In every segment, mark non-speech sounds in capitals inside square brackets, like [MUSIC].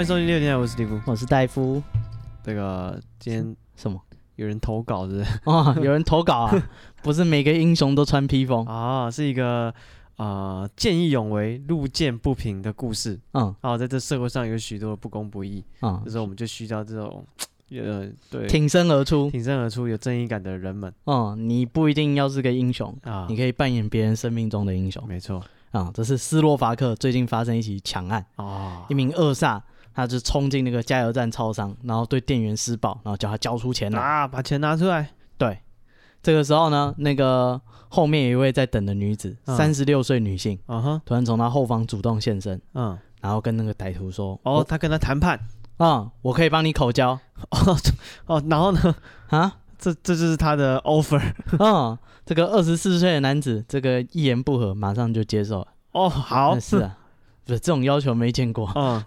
迎收听六点，我是蒂夫。哦我是戴夫。这个今天什么？有人投稿是不是哦，有人投稿啊！不是每个英雄都穿披风。啊，是一个啊见义勇为、路见不平的故事嗯啊，在这社会上有许多的不公不义，嗯这，时候我们就需要这种呃对挺身而出。挺身而出、有正义感的人们嗯，你不一定要是个英雄，啊你，可以扮演别人生命中的英雄。没错啊、这是斯洛伐克最近发生一起抢案，啊哦一名恶煞，他就冲进那个加油站超商，然后对店员施暴，然后叫他交出钱来。啊，把钱拿出来对，这个时候呢，那个后面有一位在等的女子，嗯三十六岁女性，啊哈突然从他后方主动现身，嗯然后跟那个歹徒说：“哦，他跟他谈判我，嗯，我可以帮你口交哦这哦，然后呢，啊。”这这就是他的 offer 嗯，这个二十四岁的男子，这个一言不合马上就接受了。哦，好嗯是啊，不是这种要求没见过， [LAUGHS] 嗯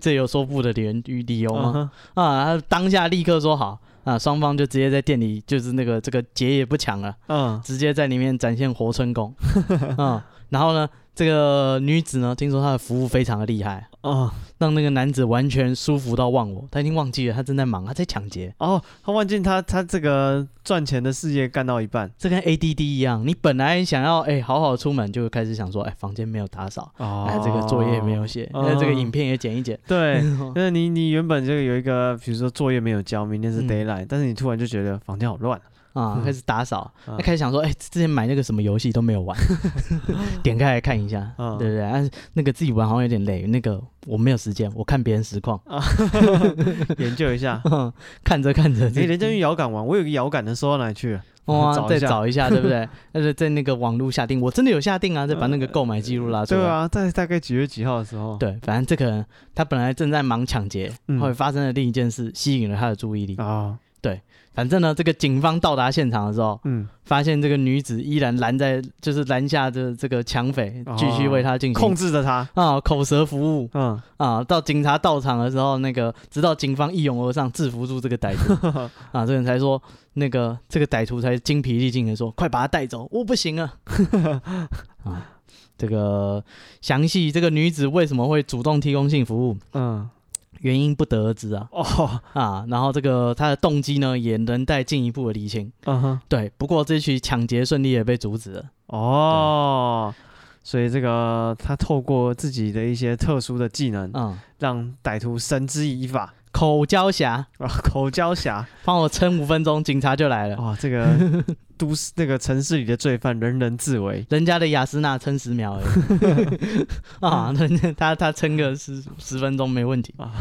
这有说不的理由理由嗯吗？哼啊，他当下立刻说好啊，双方就直接在店里就是那个这个结也不抢了，嗯直接在里面展现活 [LAUGHS] 春宫。嗯，然后呢，这个女子呢，听说她的服务非常的厉害，嗯让那个男子完全舒服到忘我，他已经忘记了他正在忙，他在抢劫。哦，他忘记他他这个赚钱的事业干到一半这跟 ADD 一样，你本来想要哎、好好出门，就开始想说哎、房间没有打扫，哦哎，这个作业没有写，哦那、这个影片也剪一剪。 [LAUGHS] 对，那你你原本就有一个，比如说作业没有交，明天是嗯 d a y l i g h t 但是你突然就觉得房间好乱，啊嗯，开始打扫，嗯那开始想说，哎、之前买那个什么游戏都没 [LAUGHS] 有玩，点开来看一下，嗯对不对？但是那个自己玩好像有点累，那个我没有时间，我看别人 [LAUGHS] 实况，。研究一下 [LAUGHS] 看着看着哎，就，人家用摇杆玩，我有个摇杆能收到哪里去？哇、找一再下找一下，对 [LAUGHS] 不对？但是在那个网络下定，我真的有下定啊，再把那个购买记录拉出来。对啊，在大概几月几号的时候？对，反正这个人他本来正在忙抢劫，嗯后来发生了另一件事，吸引了他的注意力。啊，反正呢，这个警方到达现场的时候，嗯，发现这个女子依然拦在，就是拦下这这个抢匪，继续为他进行哦控制着他。啊、口舌服务嗯，啊、到警察到场的时候，那个直到警方一拥而上制服住这个歹徒 [LAUGHS] 啊，这个人才说，那个这个歹徒才精疲力尽的说，快把他带走，我不行 [LAUGHS] 了啊。这个详细这个女子为什么会主动提供性服务， [LAUGHS] 嗯，原因不得而知啊哦，啊，然后这个她的动机呢也能待进一步的厘清。嗯哼，对，不过这起抢劫顺利也被阻止了。哦，所以这个他透过自己的一些特殊的技能，嗯，让歹徒绳之以法口交侠， [LAUGHS] 啊，口交侠。帮我撑五分钟，警察就来了。哇，这 [LAUGHS] 个都市那个城市里的罪犯人人自危。人家的雅诗娜撑十秒而已 [LAUGHS] [LAUGHS] 啊，人家他他撑个十十分钟没问题啊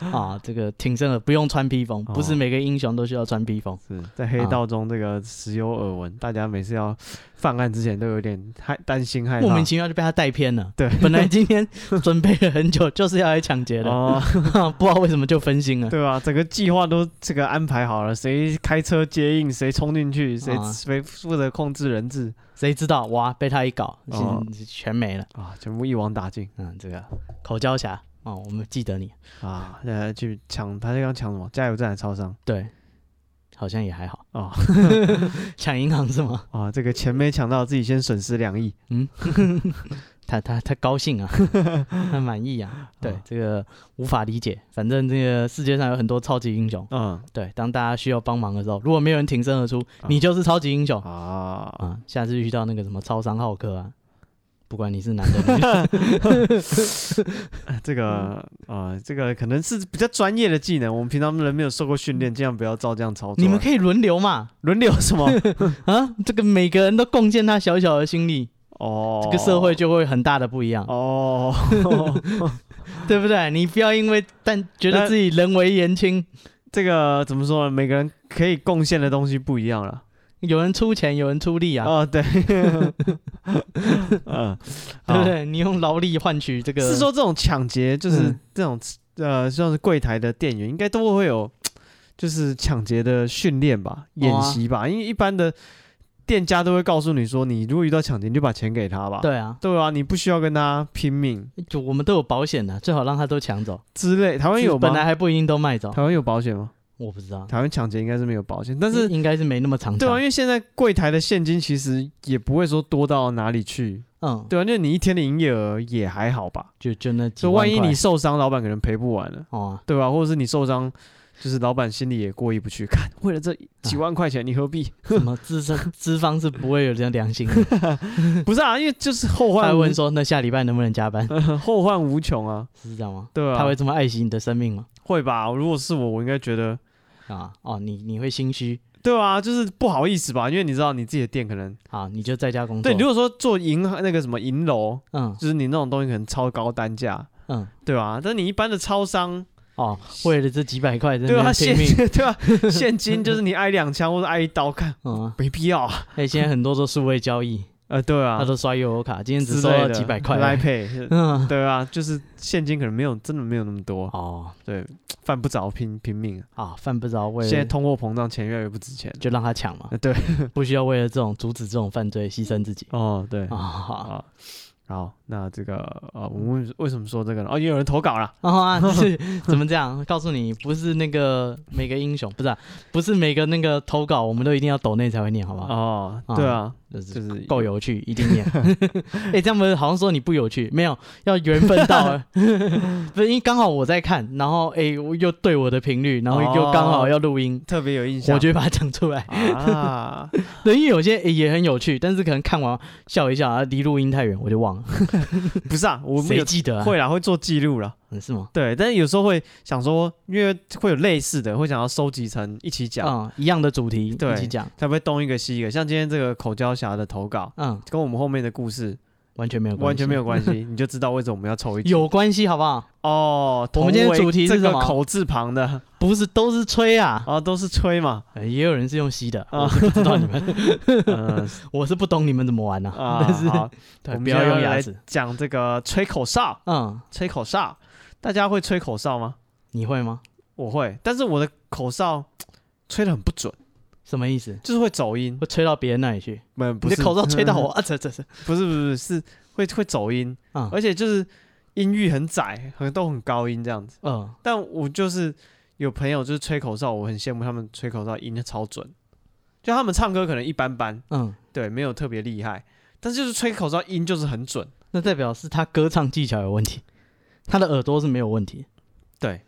[LAUGHS] 啊。这个挺身而不用穿披风，不是每个英雄都需要穿披风。是在黑啊道中，这个时有耳闻，大家每次要犯案之前都有点害担心害怕。莫名其妙就被他带偏了。对，本来今天准备了很久，就是要来抢劫 [LAUGHS] 的，哦， [LAUGHS] 不知道为什么就分心了。对吧、整个计划都这个安排好了，谁开车接应，谁冲进去，谁啊谁负责控制人质谁知道哇，被他一搞，哦全没了。啊，全部一网打尽嗯，这个口交侠哦，我们记得你。啊！呃，去抢，他刚抢什么？加油站的超商对，好像也还好。哦 [LAUGHS] 抢银行是吗？啊，这个钱没抢到，自己先损失两亿他他他高兴 [LAUGHS] 啊，他满意啊。对哦，这个无法理解。反正这个世界上有很多超级英雄。嗯对，当大家需要帮忙的时候，如果没有人挺身而出，你就是超级英雄啊，啊。下次遇到那个什么超商浩克啊，不管你是男的女的， [LAUGHS] 这个啊、嗯呃这个可能是比较专业的技能，我们平常人没有受过训练，尽量不要照这样操作啊。 [LAUGHS] 嗯你们可以轮流嘛。轮流什 [LAUGHS] 么？啊，这个每个人都贡献他小小的心力，哦，这个社会就会很大的不一样，哦， [LAUGHS] 对不对？你不要因为但觉得那自己人为言轻，这个怎么说呢？每个人可以贡献的东西不一样了。有人出钱，有人出力啊。哦， [LAUGHS] 对， [LAUGHS] 嗯，对不好？对？你用劳力换取这个是说这种抢劫，就是嗯这种、呃，像是柜台的店员，应该都会有，就是抢劫的训练吧、演啊习吧，因为一般的店家都会告诉你说，你如果遇到抢劫，你就把钱给他吧。对啊，对啊，你不需要跟他拼命就我们都有保险的、最好让他都抢走。之类。台湾有本来哦吗？还不一定都卖走，台湾有保险吗？我不知道，台湾抢劫应该是没有保险，但是应应该是没那么常对啊，常因为现在柜台的现金其实也不会说多到哪里去，嗯，对啊，那你一天的营业额也还好吧？就就那几就万一块你受伤，老板可能赔不完了，哦啊、对吧？或者是你受伤，就是老板心里也过意不去，看为了啊这几万块钱，你何必？ [LAUGHS] 什么资商资方是不会有这样良心的，不是啊，因为就是后他患会无 [LAUGHS] 问说那下礼拜能不能加班，后患无穷啊，是这样吗？对啊，他会这么爱惜你的生命吗？会吧？如果是我，我应该觉得啊，哦，你你会心虚对啊，就是不好意思吧，因为你知道你自己的店可能啊，你就在家工作，对，如果说做银行那个什么银楼，嗯就是你那种东西可能超高单价，嗯，对吧、但你一般的超商，哦，为了这几百块在对那啊，边现拼 [LAUGHS] 命，对啊，现金就是你挨两枪或者挨一刀，看嗯啊，没必要啊，哎、现在很多都数位交易，呃，对他啊，都刷悠游卡，今天只之收类了的几百块，来配， [LAUGHS] 嗯，对啊，就是现金可能没有，真的没有那么多，哦对，犯不着拼拼命啊，啊，犯不着为现在了通货膨胀，钱越来越不值钱，就让他抢嘛，呃， [LAUGHS] 对，不需要为了这种阻止这种犯罪牺牲自己哦，对啊。好啊。好，那这个呃，我们为为什么说这个呢？哦，因为有人投稿了，然后啊，就是怎么这样？ [LAUGHS] 告诉你，不是那个每个英雄，不是、啊，不是每个那个投稿，我们都一定要抖内才会念，好不好？哦，啊对啊，就是就是够有趣，一定念。 [LAUGHS] 哎、这样不是好像说你不有趣，没有，要缘分到了， [LAUGHS] 不是因为刚好我在看，然后哎、我又对我的频率，然后哦又刚好要录音，特别有印象，我就会把它讲出来。啊， [LAUGHS] 对，因为有些、哎也很有趣，但是可能看完笑一笑，啊，离录音太远，我就忘了， [LAUGHS] 不是啊，我们谁有记得啊？会啦，会做记录啦。嗯是吗？对，但是有时候会想说，因为会有类似的，会想要收集成一起讲，嗯，一样的主题对一起讲，才不会东一个西一个。像今天这个口交侠的投稿，嗯，跟我们后面的故事完全没有关系，完全没有关系，你就知道为什么我们要抽一集 [LAUGHS] 有关系，好不好？哦。我们今天同为主题是这个什么口字旁的不是都是吹啊，啊，都是吹 [LAUGHS] 嘛，呃也有人是用吸的，啊我是不知道你们， [LAUGHS] 嗯我是不懂你们怎么玩呢、啊，但是好，对我们不要今天用牙来齿。讲这个吹口哨，嗯，吹口哨，大家会吹口哨吗？你会吗？我会，但是我的口哨吹的很不准，什么意思？就是会走音，会吹到别人那里去？嗯，不你是的口罩吹到我啊！这这这， [LAUGHS] 不是不是不是是会会走音，嗯而且就是音域很窄，很都很高音这样子。嗯，但我就是有朋友就是吹口哨，我很羡慕他们吹口哨音超准，就他们唱歌可能一般般，嗯，对，没有特别厉害，但是就是吹口哨音就是很准。那代表是他歌唱技巧有问题，他的耳朵是没有问题。对，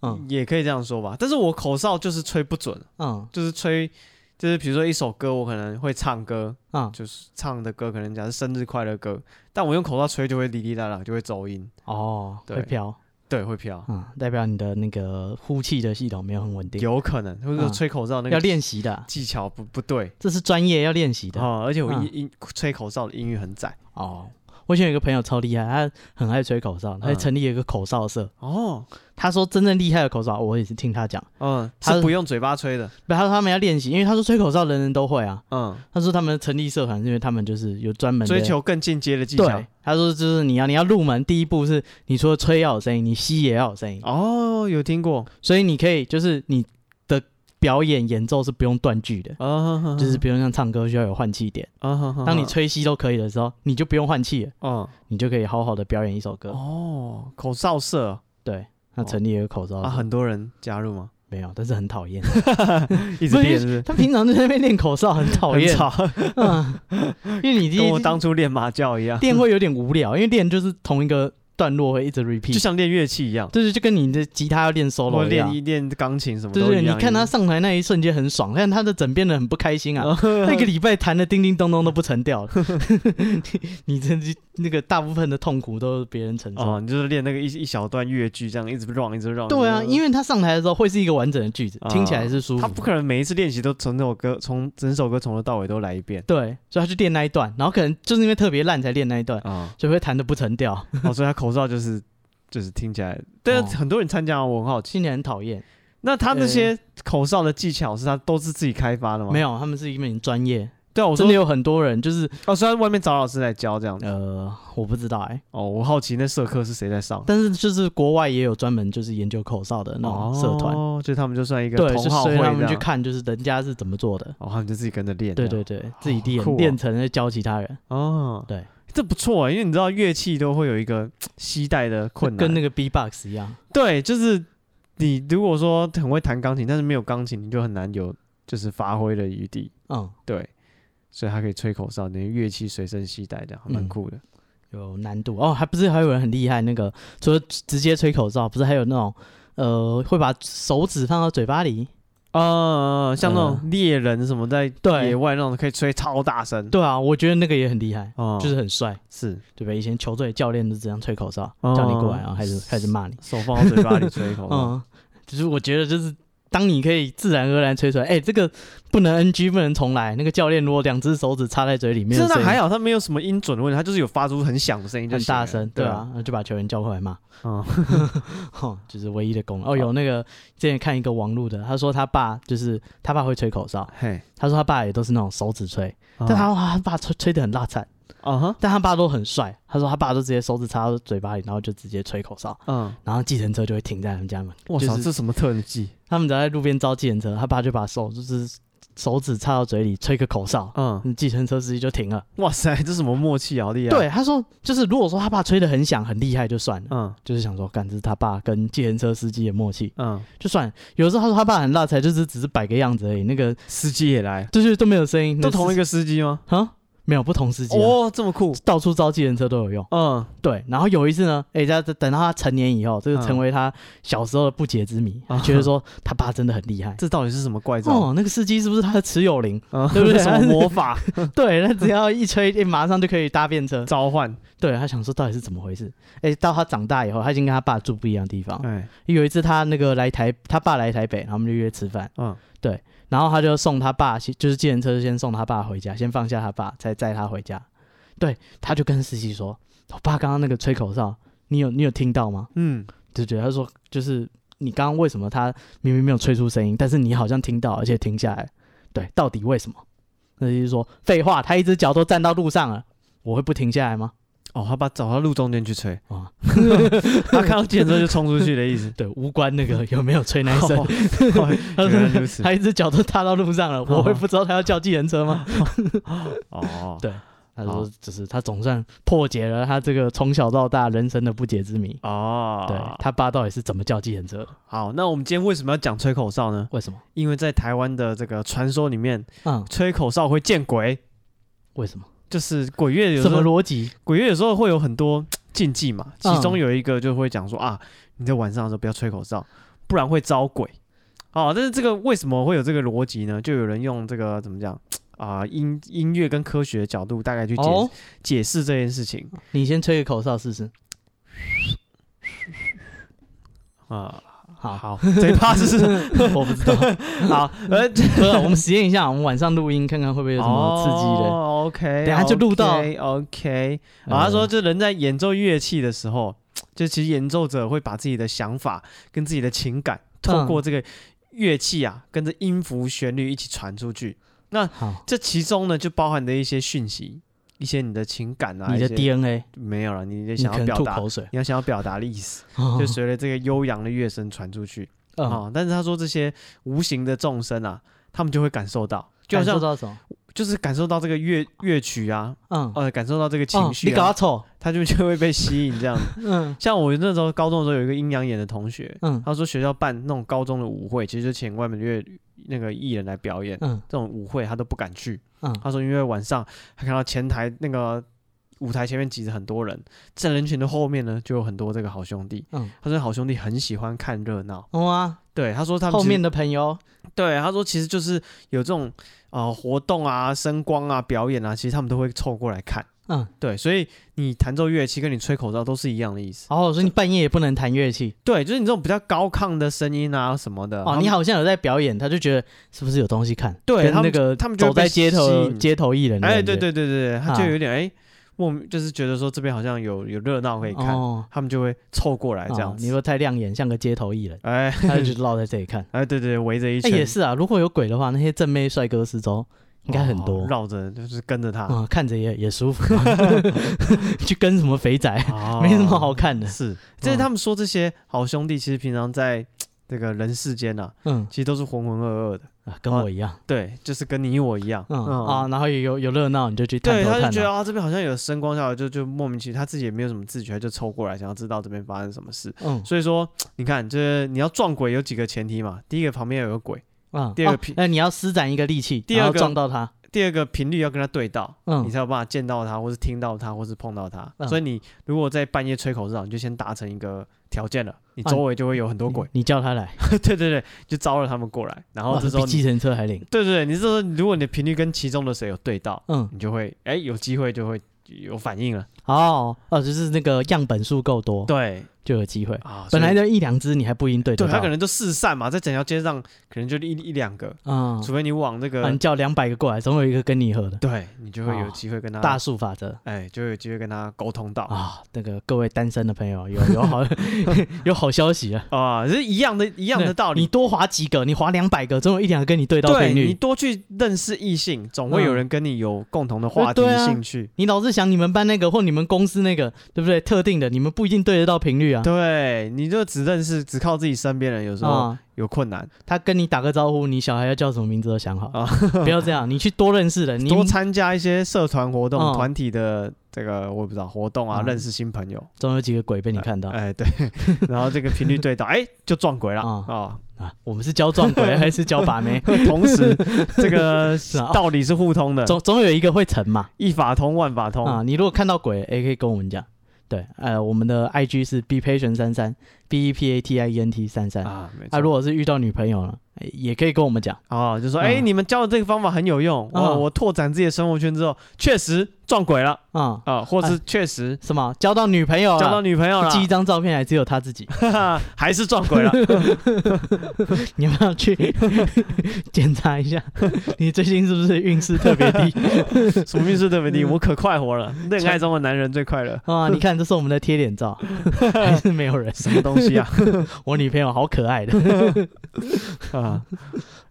嗯也可以这样说吧。但是我口哨就是吹不准，嗯就是吹，就是比如说一首歌，我可能会唱歌，嗯，就是唱的歌可能假设生日快乐歌，但我用口哨吹就会滴滴答答，就会走音，哦，对会飘，对，会飘。嗯，代表你的那个呼气的系统没有很稳定，有可能，或者说嗯吹口哨那个要练习的啊，技巧不不对这是专业要练习的。哦，而且我嗯音音吹口哨的音域很窄哦，我以前有一个朋友超厉害，他很爱吹口哨，他还嗯成立了一个口哨社。哦，他说真正厉害的口哨，我也是听他讲，嗯，他是不用嘴巴吹的，不，他说他们要练习，因为他说吹口哨人人都会啊。嗯，他说他们成立社团是因为他们就是有专门的追求更进阶的技巧对。他说就是你要你要入门，第一步是你除了吹要有声音，你吸也要有声音，哦，有听过所以你可以就是你的表演演奏是不用断句的。啊，就是比如像唱歌需要有换气点，啊，当你吹吸都可以的时候，你就不用换气了，嗯你就可以好好的表演一首歌。哦，口哨社对，那成立了一个口哨啊，社，很多人加入吗？没有，但是很 [LAUGHS] 讨厌。一直不是练是不是？他平常就在那边练口哨，很讨很厌。吵，嗯，因为你跟练我当初练麻将一样，练会有点无聊，因为练就是同一个段落会一直 repeat，就像练乐器一样，就是就跟你的吉他要练或 solo 一练样。一练钢琴什么哦啊对都对，一你样。看他上台那一瞬间很爽，但他的枕边人很不开 [LAUGHS] 心啊。那个礼拜弹的叮叮咚咚都不成调了， [LAUGHS] 你你真是那个大部分的痛苦都是别人承受。哦，你就是练那个一一小段乐句，这样一直 run 一直 run。对啊，因为为他上台的时候会是一个完整的句子，听起来是舒服啊他。不可能每一次练习都从这首歌从整首歌从头到尾都来一遍。对，所以他去练那一段，然后可能就是因为特别烂才练那一段，啊、所以会弹的不成调， [LAUGHS] 哦，所以他口哨就是就是听起来，对啊，哦很多人参加啊，我很好奇。听起来很讨厌。那他那些口哨的技巧是他都是自己开发的吗？没有，有，他们是一门专业，对啊，我真说的有很多人就是哦，虽然外面找老师来教这样子，呃，我不知道哎、哦，我好奇那社课是谁在上但是就是国外也有专门就是研究口哨的那种社团，哦，就他们就算一个对，同就好所会以这他样，们去看就是人家是怎么做的，哦，他们就自己跟着练这对样，对对，自己练、好酷哦练成了教其他人，哦，对，这不错啊，因为你知道乐器都会有一个携带的困难，跟那个 B box 一样，对，就是你如果说很会弹钢琴，但是没有钢琴，你就很难有就是发挥的余地。嗯，对，所以他可以吹口哨，等于乐器随身携带，这样还蛮嗯酷的。有难度哦。还不是还有人很厉害，那个除了直接吹口哨，不是还有那种呃会把手指放到嘴巴里？呃，像那呃种猎人什么在对野外那种可以吹超大声，对啊，我觉得那个也很厉害，哦，就是很帅，是对吧？以前球队教练都这样吹口哨，哦叫你过来，然后开始开始骂你。手放到嘴巴里吹一口哨。嗯，就是我觉得就是。当你可以自然而然吹出来，哎、这个不能 NG，不能重来。那个教练如果两只手指插在嘴里面，真的还好好，他没有什么音准的问题，他就是有发出很响的声音就很行了，大声，啊对啊，，然后就把球员叫过来骂。嗯，哼， [LAUGHS] 就是唯一的功能。哦，有那个之前看一个网路的，他说他爸就是他爸会吹口哨，嘿，嗯他说他爸也都是那种手指吹，但但他哇他爸吹吹的很辣惨，啊哈，但他爸都很帅。他说他爸都直接手指插到嘴巴里，然后就直接吹口哨，嗯，然后计程车就会停在他们家门。我就操，是这什么特技？他们只要在路边招计程车，他爸就把手就是手指插到嘴里吹个口哨，嗯，计程车司机就停了。哇塞，这什么默契啊，好厉害！，对，他说就是如果说他爸吹的很响很厉害就算了，嗯就是想说干这是他爸跟计程车司机的默契。嗯，就算了有时候他说他爸很辣才就是只是摆个样子而已，那个司机也来，就是都没有声音，都同一个个司机吗？啊，没有不同司机、啊，哦，这么酷，到处招计程车都有用。嗯，对，然后有一次呢，哎、他等到他成年以后，这个嗯啊成为他小时候的不解之谜，他觉得说他爸真的很厉害。这到底是什么怪招？哦，那个司机是不是他的持有 [LAUGHS] 灵？嗯对不对什么魔 [LAUGHS] 法对，他只要一吹，哎、马上就可以搭便车。召唤？对他想说到底是怎么回事？哎、到他长大以后，他已经跟他爸住不一样的地方。哎，有一次他那个来台，他爸来台北，然后我们就约吃饭。嗯然后他就送他爸，先就是计程车先送他爸回家，先放下他爸，再载他回家。对，他就跟司机说：“我爸刚刚那个吹口哨，你有你有听到吗嗯，？”对对，他说就是你刚刚为什么他明明没有吹出声音，但是你好像听到，而且停下来，对，到底为什么？那司机说：“废话，他一只脚都站到路上了，我会不停下来吗哦，他把找到路中间去吹，？”啊，。他看到电车就冲出去的意思 [LAUGHS] 对，无关那个有没有吹那一声，哦哦他 [LAUGHS] 原来说如此他一只脚都踏到路上 [LAUGHS] 了，我会不知道他要叫计程车吗？哦，对他说好，就是他总算破解了他这个从小到大人生的不解之谜。哦，对他爸到底是怎么叫计程车的？好，那我们今天为什么要讲吹口哨呢？为什么？因为在台湾的这个传说里面，嗯，吹口哨会见鬼，为什么？就是鬼月有时什么候逻辑？鬼月有时候会有很多禁忌嘛，其中嗯有一个就会讲说、啊，你在晚上的时候不要吹口哨，不然会招鬼。哦，但是这个为什么会有这个逻辑呢？就有人用这个怎么讲啊、音音乐跟科学的角度大概去解、哦，解释这件事情你先吹个口哨试试。啊。好， [LAUGHS] 好，这一趴 [LAUGHS] 是我不 [LAUGHS] 知道，好， [LAUGHS] 呃，不是，我们实验一下，我们晚上录音看看会不会有什么刺激的。哦、？OK，等下就录到 OK，, o k 呃啊，他说，，就人在演奏乐器的时候，就其实演奏者会把自己的想法跟自己的情感，透嗯过这个乐器啊，跟着音符、旋律一起传出去。好，这其中呢，就包含的一些讯息，一些你的情感啊，你的一些 DNA，没有了，你的你想可要能表吐达，口水，你要想要表达的意思，就就随着这个悠扬的乐声传出去啊、嗯，但是他说，这些无形的众生啊，他们就会感受到，就好感受像到什么？就是感受到这个乐乐曲啊，嗯，呃，感受到这个哦情绪、你搞啊他丑，他就就会被吸引这样。嗯像我那时候高中的时候，有一个阴阳眼的同学，嗯他说学校办那种高中的舞会，其实就请外面的乐那个艺人来表演，嗯这种舞会他都不敢去。嗯，他说因为晚上他看到前台那个舞台前面挤着很多人，在人群的后面呢就有很多这个好兄弟。嗯他说好兄弟很喜欢看热闹，哇，对他说他们后其实面的朋友，对他说其实就是有这种啊、呃活动啊、声光啊、表演啊，其实他们都会凑过来看。嗯，对，所以你弹奏乐器跟你吹口哨都是一样的意思。哦，所以你半夜也不能弹乐器对，就是你这种比较高亢的声音啊什么的。哦，你，好像有在表演，他就觉得是不是有东西看？对跟他那们个他们就会走在被街吸头引街头艺人的感哎，觉，对对对对对，他就啊有点哎，莫名就是觉得说这边好像有有热闹可以看，哦，他们就会凑过来这样哦你子。，说太亮眼，像个街头艺人哎他就绕在这里看。 [LAUGHS] 哎，对对，围着一哎，圈也是啊，如果有鬼的话，那些正妹帅哥四周应该很哦多，绕着就是跟着他，嗯，看着也也 [LAUGHS] 舒服，去跟什么肥仔，哦 [LAUGHS] 没什么好看的。嗯是，这是他们说这些好兄弟，其实平常在这个人世间啊，嗯其实都是浑浑噩噩的。啊，跟我一样，对，就是跟你我一样。嗯啊，然后也有有热闹你就去探对，头他就探觉得脑，啊，这边好像有声光效果，就就莫名其妙，他自己也没有什么自觉，他就凑过来想要知道这边发生什么事。嗯所以说，你看，这你要撞鬼有几个前提嘛？第一个旁边要有鬼，啊，第二个哦屁那你要施展一个力气，第二然后个撞到他，第二个频率要跟他对到，嗯你才有办法见到他，或是听到他，或是碰到他。嗯所以你如果在半夜吹口哨，你就先达成一个条件了，你啊周围就会有很多鬼。你叫他来， [LAUGHS] 对对对，就招了他们过来，然后哇这时比候 [LAUGHS] 计你，程车还灵，对对对，你这时候如果你的频率跟其中的谁有对到，嗯，你就会哎有机会就会有反应了。哦哦，就是那个样本数够多，对就有机会。啊，所本以来就一两只，你还不一定对啊对得他到可，能就四散嘛，在整条街上可能就一一两个，嗯，除非你往那啊个，你叫两百个过来，总有一个跟你合的，对你就会有哦机会跟他大数法则。哎，就会有机会跟他沟通到啊，那个各位单身的朋友，有有好 [LAUGHS] 有好消息啊！啊，是一样的，一一样的道理你。多划几个，你划两百个，总有一两个跟你对到哦对频你率。多去认识异性，总会有嗯人跟你有共同的话呃题、对啊兴趣。你老是想你们班那个或你们公司那个，对不对？特定的，你们不一定对得到频率啊。对，你就只认识，只靠自己身边人，有时候啊，有困难。他跟你打个招呼，你小孩要叫什么名字都想好，啊 [LAUGHS] 不要这样，你去多认识人，你多参加一些社团活动、嗯团体的这个我也不知道活动啊，嗯认识新朋友。总有几个鬼被你看 [LAUGHS] 到哎，对，然后这个频率对到，哎，就撞鬼了啊啊。啊。我们是教撞鬼还是教把 [LAUGHS] 妹？同 [LAUGHS] 时，这个啊道理是互通的，总总有一个会成嘛一法通万法通。啊！你如果看到鬼，也可以跟我们讲。对，呃，我们的 I G 是 be patient 三三 b e p a t i e n t 三三。啊，没啊，错如。果是遇到女朋友了，哎也可以跟我们讲。哦，就说哎，嗯你们教的这个方法很有用，我嗯我拓展自己的生活圈之后，确实撞鬼了。啊、啊、或是确实什么交到女朋友了，啊交到女朋友啊了，寄一张照片来，只有他自己。 [LAUGHS] [LAUGHS] 还是撞鬼了。你要不要去 [LAUGHS] 检查一下， [LAUGHS] 你最近是不是运势特别低什么运势对不嗯对？我可快活了，恋爱中的男人最快 [LAUGHS] 乐。啊？你看，这是我们的贴脸照，还是没有人。什么东西啊？我女朋友好可爱的 [LAUGHS] [LAUGHS] 啊啊！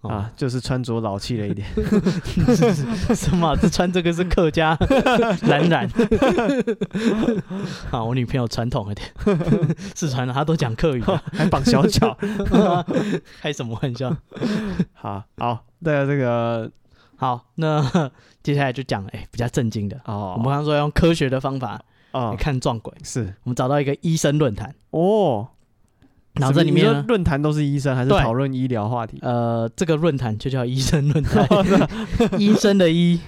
啊，就是穿着老气了一点。 [LAUGHS] 什么？这穿这个是客家蓝染啊！我女朋友传统一点，四川的，她都讲客语啊、还绑小 [LAUGHS] 脚。开什么玩笑？好好，啊那这个好，那接下来就讲哎、比较震惊的。哦，我们刚刚说要用科学的方法啊、来看撞鬼，是我们找到一个医生论坛，哦，然后这里你面说呢论坛都是医生，还是对讨论医疗话题？呃，这个论坛就叫医生论坛， [LAUGHS] 医生的医，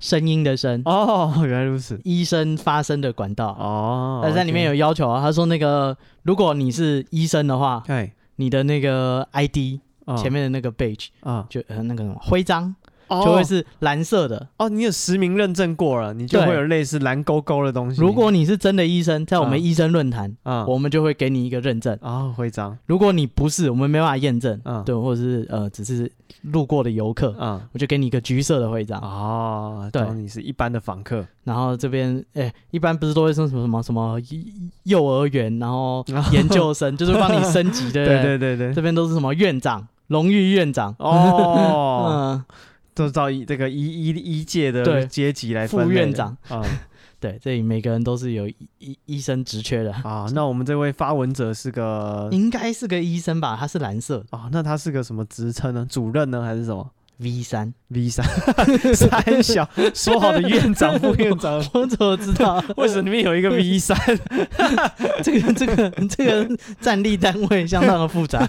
声音的声，哦，原来如此。医生发声的管道。哦，那在里面有有要求啊，他说那个如果你是医生的话，哎，你的那个 ID 哦前面的那个 badge 啊，就呃那个什么徽章就就会是蓝色的。哦，你有实名认证过了，你就对会有类似蓝勾勾的东西。如果你是真的医生，在我嗯们医生论坛，啊，我们就会给你一个认证。啊徽章如果你不是，我们没办法验证，嗯对，或者是呃，只是路过的游客，啊我就给你一个橘色的徽章。哦，对当你是一般的访客然后这边，哎、一般不是都会说什么什么什么幼儿园，然后研究生， [LAUGHS] 就是帮你升级，对不哦对对？对对对。这边都是什么院长、荣誉院长，哦， [LAUGHS] 嗯，都照以这个医医医界的对阶级来副分类院的长啊对，这里每个人都是有医医医生职缺的，啊，那我们这位发文者是个应该是个医生吧？他是蓝色啊，那他是个什么职称呢？主任呢，还是什么 V 三， [LAUGHS] V [LAUGHS] 三三小？说好的院长、副院 [LAUGHS] 长，我怎么知道？为什么里面有一个 V 三？ [LAUGHS] 这个这个这个战力单位相当的 [LAUGHS] 复杂，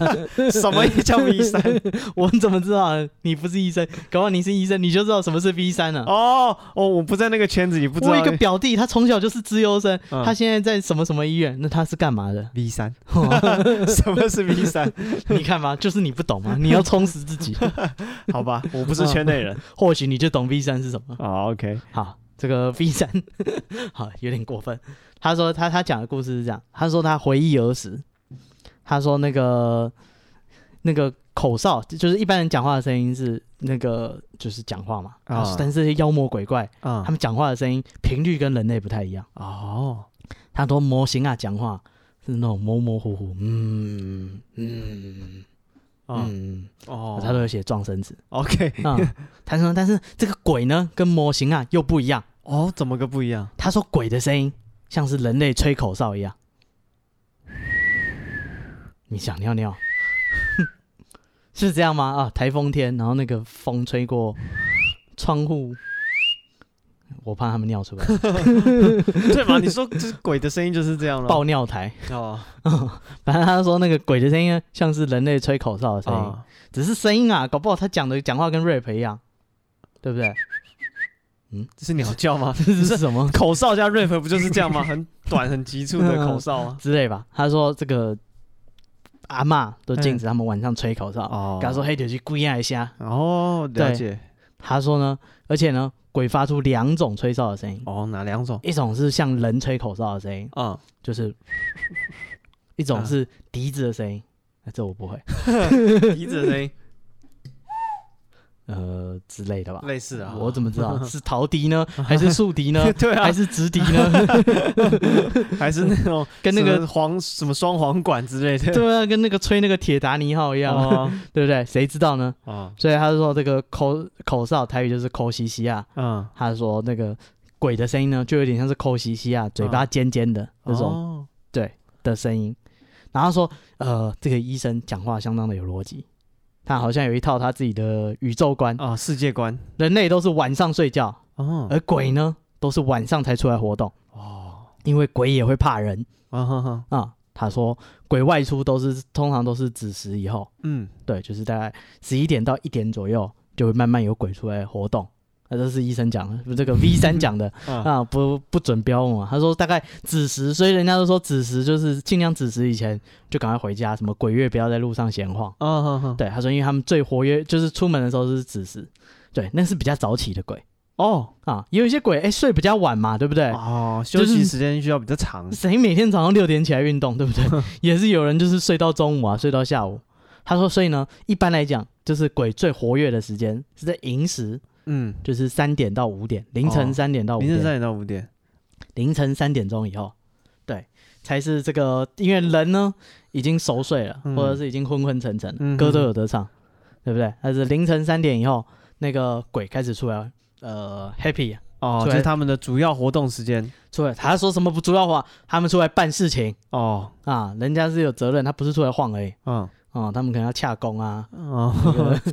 什么也叫 V 三？我怎么知道你不是医生？搞不好你是医生，你就知道什么是 V 三了、 [LAUGHS] 哦哦，我不在那个圈子里，不知我道有一个表弟，他从小就是资优生，嗯？他现在在什么什么医院？那他是干嘛的 V [LAUGHS] 三，什么是 V [LAUGHS] 三？你看嘛，就是你不懂嘛，你要充实自 [LAUGHS] 己，好吧，我不是圈内人。或许你就懂 V 三是什 [LAUGHS] 么。啊，OK，好，这个 V 三，好有点过分。他说他他讲的故事是这样，他说他回忆儿时，他说那个那个口哨，就是一般人讲话的声音是那个就是讲话嘛，啊但是这些妖魔鬼怪啊他，们讲话的声音频率跟人类不太一样。哦，他说模型啊讲话是那种模模糊糊，嗯嗯啊，嗯，哦，他都有写撞声词 OK，啊。他说，但是这个鬼呢跟模型啊又不一样。哦，怎么个不一样？他说鬼的声音像是人类吹口哨一样，你想尿尿， [LAUGHS] 是这样吗？啊，台风天，然后那个风吹过窗户，我怕他们尿 [LAUGHS] 出来， [LAUGHS] 对嘛？你说就是鬼的声音就是这样了。爆尿台。哦反正他说那个鬼的声音像是人类吹口哨的声音，啊，只是声音啊，搞不好他讲的讲话跟 rap 一样，对 [LAUGHS] 不对？这是鸟叫吗？这是什么 [LAUGHS] 口哨加 rap 不就是这样吗？很短、很急促 [LAUGHS] 的口哨吗？之类吧？他说这个阿嬷都禁止他们晚上吹口哨，哦跟他说黑就是故意一下。哦，了解。他说呢，而且呢，鬼发出两种吹哨的声音，哦，哪两种？一种是像人吹口哨的声音， [LAUGHS] 啊，就是 [LAUGHS] 一种是笛子的声音，啊这我不会，笛子的声音 [LAUGHS] 呃之类的吧。类似啊。我怎么知道 [LAUGHS] 是陶笛呢，还是竖笛呢， [LAUGHS] [LAUGHS] 对啊还，是直笛呢？ [LAUGHS] 还是那种跟那什个么黄什么双簧管之类的。[LAUGHS] [LAUGHS] 对啊，跟那个吹那个铁达尼号一样，哦对不对？谁知道呢？ [LAUGHS] 啊，所以他就说这个口口哨台语就是口西西啊，嗯，他说那个鬼的声音呢，就有点像是口西西啊，嘴巴尖尖的、那种哦的声音。然后他说，呃，这个医生讲话相当的有逻辑，他好像有一套他自己的宇宙观，啊，世界观人类都是晚上睡觉，哦而鬼呢都是晚上才出来活动，哦因为鬼也会怕人啊哈哈，啊、他说，鬼外出都是通常都是子时以后，嗯对，就是大概十一点到一点左右，就会慢慢有鬼出来活动。那、这是医生讲的，不是这个 V 三讲的啊啊，不不准标嘛。他说大概子时，所以人家都说子时就是尽量子时以前就赶快回家，什么鬼月不要在路上闲晃。啊哈哈，对，他说因为他们最活跃就是出门的时候是子时，对，那是比较早起的鬼哦啊，也有一些鬼哎睡比较晚嘛，对不对？哦，哎就休是息时间需要比较长谁每天早上六点起来运 [LAUGHS] 动，对不对？也是有人就是睡到中午啊，睡到下午。他说，所以呢，一般来讲，就是鬼最活跃的时间是在寅时，嗯，就是三点到五点，凌哦晨三点到五凌晨点，三点到五点，凌晨三点钟以后，对，才是这个，因为人呢已经熟睡了，嗯或者是已经昏昏沉沉了，嗯哼歌都有得唱，对不对？但是凌晨三点以后，那个鬼开始出来，呃，happy 哦，出这来是他们的主要活动时间出来，他说什么不主要话，他们出来办事情哦，啊，人家是有责任，他不是出来晃而已。 [LAUGHS] 嗯哦，他们可能要洽工啊，，哦，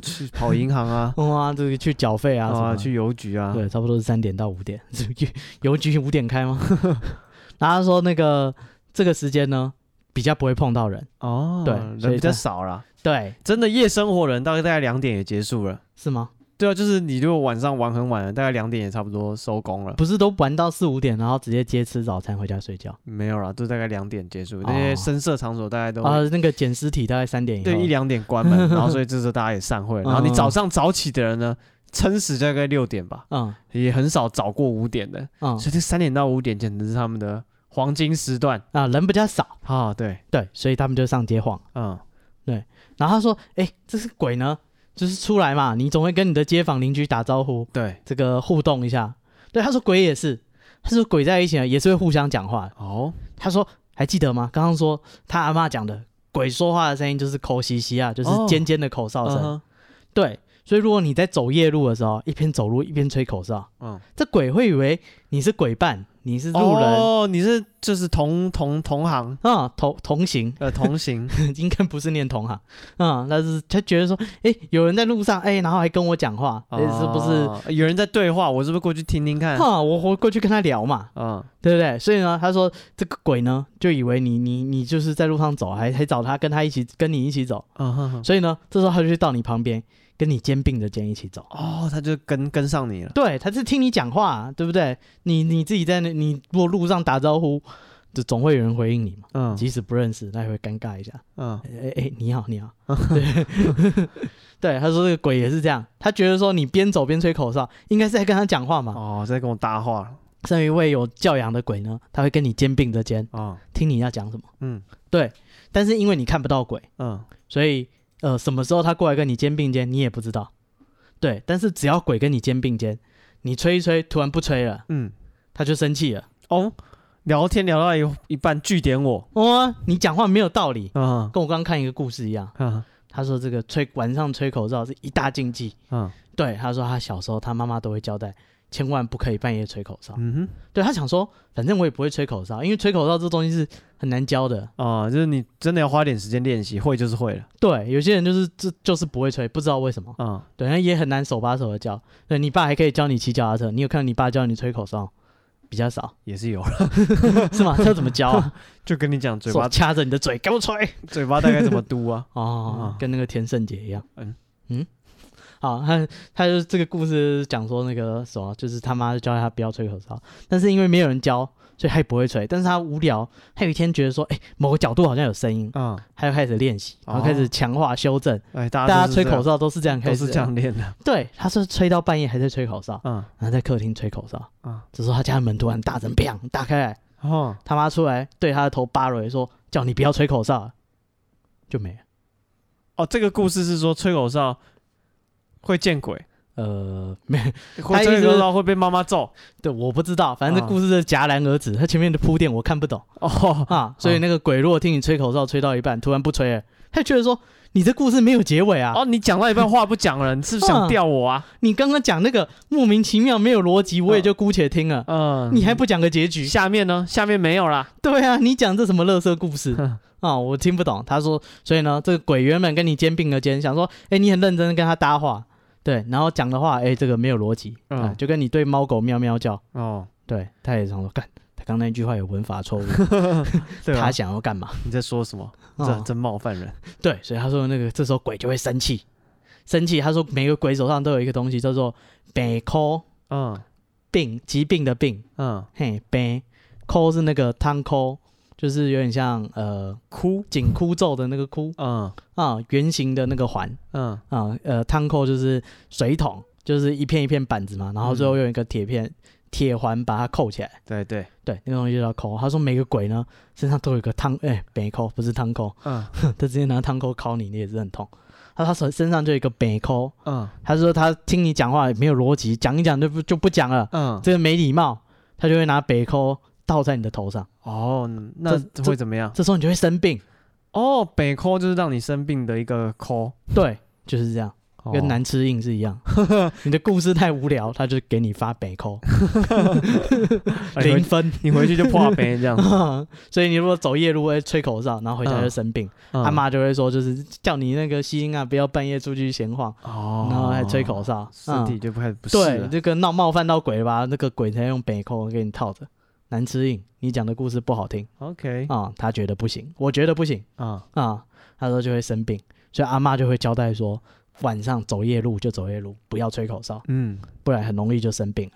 去跑银行啊 [LAUGHS] 嗯啊，这个去缴费啊，什么啊，的去邮局啊，对，差不多是三点到五点， [LAUGHS] 邮邮局五点开吗？ [LAUGHS] 然后他说那个这个时间呢，比较不会碰到人，哦，对所人以比较他少啦。对，真的夜生活人大概大概两点也结束了。是吗？对啊，就是你如果晚上玩很晚了，大概两点也差不多收工了。不是都玩到四五点，然后直接接吃早餐回家睡觉没有啦，都大概两点结束。哦那些深色场所大概都会啊？哦那个捡尸体大概三点以对一后，两点关门，然后所以这时候大家也散会。然后你早上早起的人呢，撑死大概六点吧，嗯也很少早过五点的。嗯所以这三点到五点简直是他们的黄金时段啊，人比较少，啊！对，对，所以他们就上街晃。嗯，然后他说，哎，这是鬼呢，就是出来嘛，你总会跟你的街坊邻居打招呼，对，这个互动一下。对，他说鬼也是，他说鬼在一起啊呢也是会互相讲话的。哦，他说还记得吗？刚刚说他阿嬷讲的，鬼说话的声音就是口嘻嘻啊，就是哦尖尖的口哨声。嗯哼对，所以如果你在走夜路的时候，一边走路一边吹口哨，嗯，这鬼会以为你是鬼伴，你是路人。哦，你是就是同同同行啊、同同行 [LAUGHS] 呃同行，应该不是念同行啊、但是他觉得说，哎，有人在路上，哎，然后还跟我讲话，哎、是不是？哦嗯有人在对话？我是不是过去听听看？哈、我我过去跟他聊嘛，嗯，对不对？所以呢，他说这个鬼呢，就以为你你你就是在路上走，还还找他跟他一起跟你一起走，嗯哼哼所以呢，这时候他就到你旁边，跟你肩并着肩一起走。哦，他就跟跟上你了。对，他是听你讲话、啊对不对？你你自己在那，你如果路上打招呼，就总会有人回应你嘛。嗯即使不认识，那也会尴尬一下。嗯哎哎哎，你好，你好。对， [LAUGHS] 对，他说这个鬼也是这样，他觉得说你边走边吹口哨，应该是在跟他讲话嘛。哦，在跟我搭话了。身为一位有教养的鬼呢，他会跟你肩并着肩，哦，听你要讲什么。嗯但是因为你看不到鬼，嗯所以呃，什么时候他过来跟你肩并肩，你也不知道。对，但是只要鬼跟你肩并肩，你吹一吹，突然不吹了，嗯，他就生气了。哦，聊天聊到一一半，据点我。哦，你讲话没有道理，嗯跟我刚刚看一个故事一样。嗯他说这个吹晚上吹口哨是一大禁忌。嗯对，他说他小时候他妈妈都会交代，千万不可以半夜吹口哨。嗯哼，对他想说，反正我也不会吹口哨，因为吹口哨这东西是很难教的。哦、就是你真的要花点时间练习，会就是会了，对，有些人就是这就是不会吹，不知道为什么。啊、对，那也很难手把手的教。对你爸还可以教你骑脚踏车，你有看到你爸教你吹口哨？比较少也是有了。是吗？他要怎么教啊？就跟你讲， [LAUGHS] 嘴手巴掐着你的嘴，给我吹！嘴巴大概怎么嘟啊？哦啊，跟那个田圣杰一样。嗯嗯嗯，好，他他就是这个故事讲说那个什么，就是他妈就教他不要吹口哨，但是因为没有人教，所以他也不会吹。但是他无聊，他有一天觉得说，哎、某个角度好像有声音， [LAUGHS] 啊、他就开始练习，然后开始强化修正。哎，大大家家都哦是吹这样口哨都是这样开都始是的这样 [LAUGHS] 练的，对，他是吹到半夜还在吹口哨，嗯然后在客厅吹口哨。啊，这时候他家的门突然大声砰打开来，哦，他妈出来对他的头扒了一下说：“叫你不要吹口哨了。”就没了。哦，这个故事是说吹口哨会见鬼，呃，没会意思吹是口哨会被妈妈揍。对，我不知道，反正这啊故事是戛然而止，它前面的铺垫我看不懂哦，啊，所以那个鬼如果听你吹口哨吹到一半，突然不吹了，他就觉得说你这故事没有结尾啊，哦，你讲到一半话不讲了，你是不是想吊我啊？你刚刚讲那个莫名其妙没有逻辑，我也就姑且听了，嗯，你还不讲个结局？下面呢？下面没有啦。对啊，你讲这什么乐色故事哼啊？我听不懂。他说，所以呢，这个鬼原本跟你肩并了肩，想说，哎，你很认真地跟他搭话，对，然后讲的话，哎，这个没有逻辑，嗯啊，就跟你对猫狗喵喵叫，哦，对，他也想说，干，他刚那句话有文法错误，对啊他，想要干嘛？你在说什么？这哦真冒犯人。对，所以他说那个这时候鬼就会生气，生气。他说每个鬼手上都有一个东西叫做北抠嗯病，疾病的病，嗯，嘿，北抠是那个汤抠，就是有点像呃哭，紧箍咒的那个箍嗯啊，圆形的那个环嗯啊，呃汤抠就是水桶，就是一片一片板子嘛，然后最后用一个铁片。铁环把它扣起来，对对，对，那个东西就叫抠。他说每个鬼呢身上都有一个汤，哎、北抠不是汤抠，嗯他直接拿汤扣敲你，你也是很痛。他他手身上就有一个北扣，嗯他说他听你讲话没有逻辑，讲一讲就不就不讲了，嗯，这个没礼貌，他就会拿北扣倒在你的头上，哦，那这会怎么样？这时候你就会生病。哦，北 call 就是让你生病的一个 call，对，就是这样，哦跟难吃硬是一 [LAUGHS] 样。你的故事太无聊，他就给你发北扣零零，分。哦 [LAUGHS] 你回去就 [LAUGHS] 破杯这样子。所以你如果走夜路会吹口哨，然后回家嗯就生病，他他妈就会说就是叫你那个西英啊，不要半夜出去闲晃，哦，然后还吹口哨，身嗯体就不开始不啊适对，了。这个闹冒犯到鬼了吧？那个鬼才用北扣给你套着，难吃硬。你讲的故事不好听 OK 啊、他觉得不行，我觉得不行啊，啊、他说就会生病，所以阿妈就会交代说，晚上走夜路就走夜路，不要吹口哨，嗯不然很容易就生病了。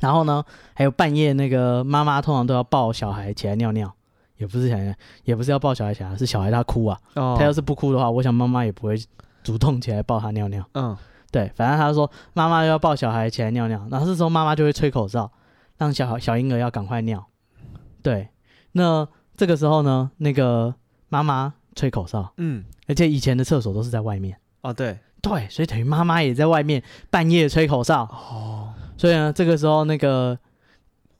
然后呢，还有半夜那个妈妈通常都要抱小孩起来尿尿，也不是想也不是要抱小孩起来，是小孩他哭啊，哦，他要是不哭的话，我想妈妈也不会主动起来抱他尿尿。嗯对，反正他说妈妈要抱小孩起来尿尿，然后这时候妈妈就会吹口哨，让小孩小婴儿要赶快尿。对，那这个时候呢，那个妈妈吹口哨，嗯而且以前的厕所都是在外面，哦对对，所以等于妈妈也在外面半夜吹口哨，哦所以呢，这个时候那个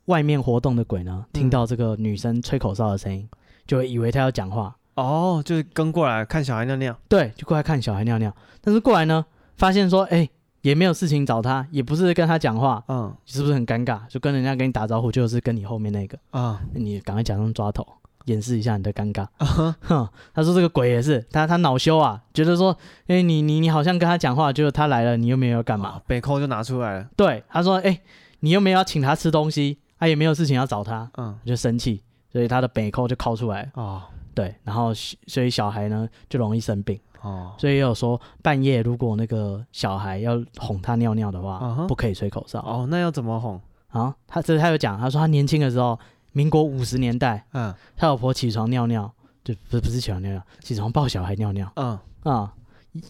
外面活动的鬼呢，听到这个女生吹口哨的声音，就会以为她要讲话，哦，就是跟过来看小孩尿尿。对，就过来看小孩尿尿，但是过来呢，发现说，哎，也没有事情找他，也不是跟他讲话，嗯是不是很尴尬？就跟人家跟你打招呼，就是跟你后面那个，啊你赶快假装抓头，掩饰一下你的尴尬。啊哈 [LAUGHS] 哼，他说这个鬼也是，他他恼羞啊，觉得说，哎、你你你好像跟他讲话，结果他来了，你又没有要干嘛？啊，北 call 就拿出来了。对，他说，哎、你又没有要请他吃东西，他、也没有事情要找他，嗯他就生气，所以他的北扣就靠出来了。哦对，然后所以小孩呢就容易生病，哦所以也有说半夜如果那个小孩要哄他尿尿的话嗯哼不可以吹口哨。哦，那要怎么哄？啊，他这他有讲，他说他年轻的时候，民国五十年代，嗯他老婆起床尿尿，就不是不是起床尿尿，起床抱小孩尿尿嗯啊、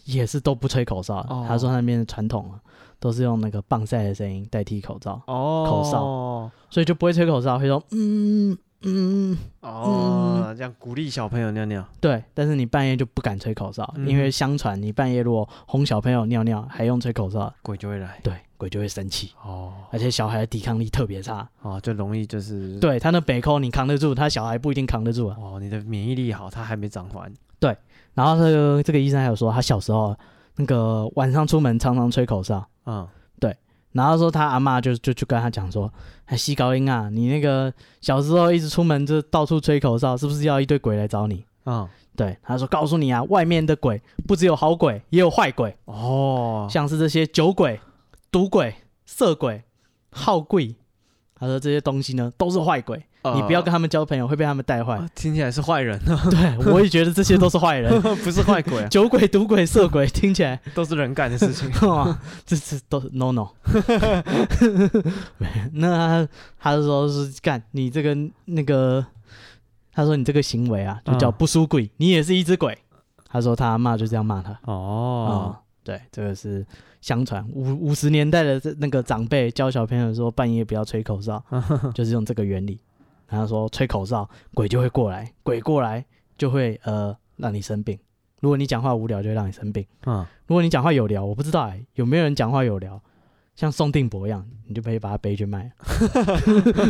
也是都不吹口哨。哦他说他那边的传统啊，都是用那个棒塞的声音代替口罩，哦口哨所以就不会吹口哨，会说嗯嗯，哦，这样鼓励小朋友尿尿。对。但是你半夜就不敢吹口哨，因为嗯相传你半夜如果哄小朋友尿尿还用吹口哨，鬼就会来对鬼就会生气，哦而且小孩的抵抗力特别差，哦，就容易就是对他那北扣你扛得住，他小孩不一定扛得住啊。哦，你的免疫力好，他还没长完然后这个这个医生还有说，他小时候那个晚上出门常常吹口哨，啊，对，然后说他阿嬷就就就跟他讲说，哎，西高音啊，你那个小时候一直出门就到处吹口哨，是不是要一堆鬼来找你？啊、对，他说告诉你啊，外面的鬼不只有好鬼，也有坏鬼，哦，像是这些酒鬼、赌鬼、色鬼、好鬼。他说这些东西呢都是坏鬼，你不要跟他、他们交朋友，会被他们 [LAUGHS] 带坏。呃啊听起来是坏人，对，我也觉得这些都是坏人， [LAUGHS] 不是坏鬼、啊，酒鬼、赌鬼、色鬼，听起来都是人干的事 [LAUGHS] 情。哇，这这都 no [LAUGHS] no。那他他就说是干你这个那个，他说你这个行为啊，就叫嗯不输鬼，你也是一只鬼。他说他阿妈就这样骂他。哦、哦，对，这个是相传五五十年代的这那个长辈教小朋友说半夜不要吹口哨，就是用这个原理。然后说吹口哨，鬼就会过来，鬼过来就会呃让你生病。如果你讲话无聊，就会让你生病。嗯，如果你讲话有聊，我不知道、欸、有没有人讲话有聊，像宋定伯一样，你就可以把他背去卖。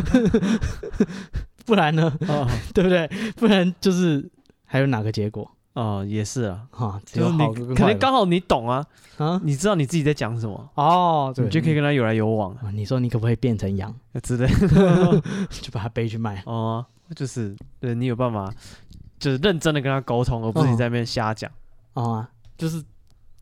[LAUGHS] 不然呢，哦，对不对？不然就是还有哪个结果哦，也是啊，啊？只就有是好跟你可坏能吧刚好你懂啊，啊你知道你自己在讲什么，哦，对你就可以跟他有来有往啊你说你可不可以变成羊， [LAUGHS] 之类。 [LAUGHS] 就把它背去卖？哦，就是对你有办法，就是认真的跟他沟通，而不是你在那边瞎讲、哦啊，就是，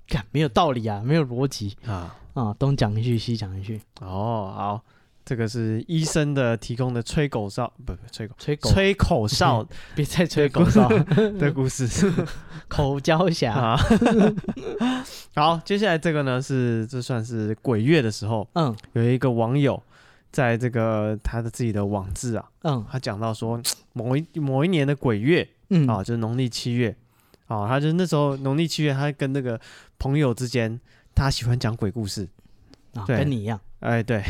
看没有道理啊，没有逻辑啊。啊，东讲一句西讲一句，哦，好，这个是医生的提供的吹口哨，不不吹口吹狗，吹口 [LAUGHS] 哨别再吹狗哨，的故事 [LAUGHS] 口交侠， [LAUGHS] 啊。好，接下来这个呢是这算是鬼月的时候，嗯有一个网友在这个他的自己的网志啊，嗯他讲到说某一某一年的鬼月，嗯，啊，就是农历七月啊，他就是那时候农历七月，他跟那个朋友之间，他喜欢讲鬼故事，啊对跟你一样，哎，对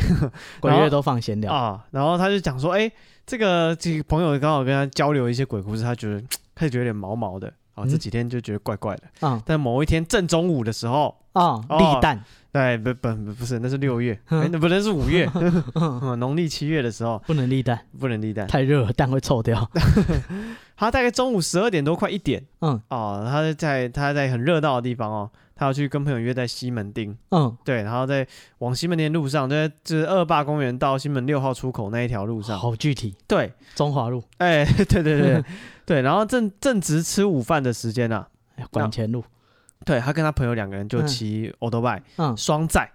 鬼然月后都放闲聊，啊，然后他就讲说，哎，这个这个朋友刚好跟他交流一些鬼故事，他觉得开始觉得有点毛毛的，啊，这嗯几天就觉得怪怪的，嗯但某一天正中午的时候。啊，哦立蛋，对，不不不不是，那是六月，哎，那不那是五月，嗯农历七月的时候 [LAUGHS] 不能 [LAUGHS] 立蛋，不能立蛋。太热了蛋会 [LAUGHS] 臭掉，他大概中午十二点多，快一点嗯哦，他在他在很热闹的地方哦，他要去跟朋友约在西门町，嗯对，然后在往西门町路上，就在就是二坝公园到西门六号出口那一条路上。好具体，对，中华路哎、 [LAUGHS] 对对对对，然后正正值吃午饭的时间啊，哎管前路，对他跟他朋友两个人就嗯骑 o d o b i 嗯，双载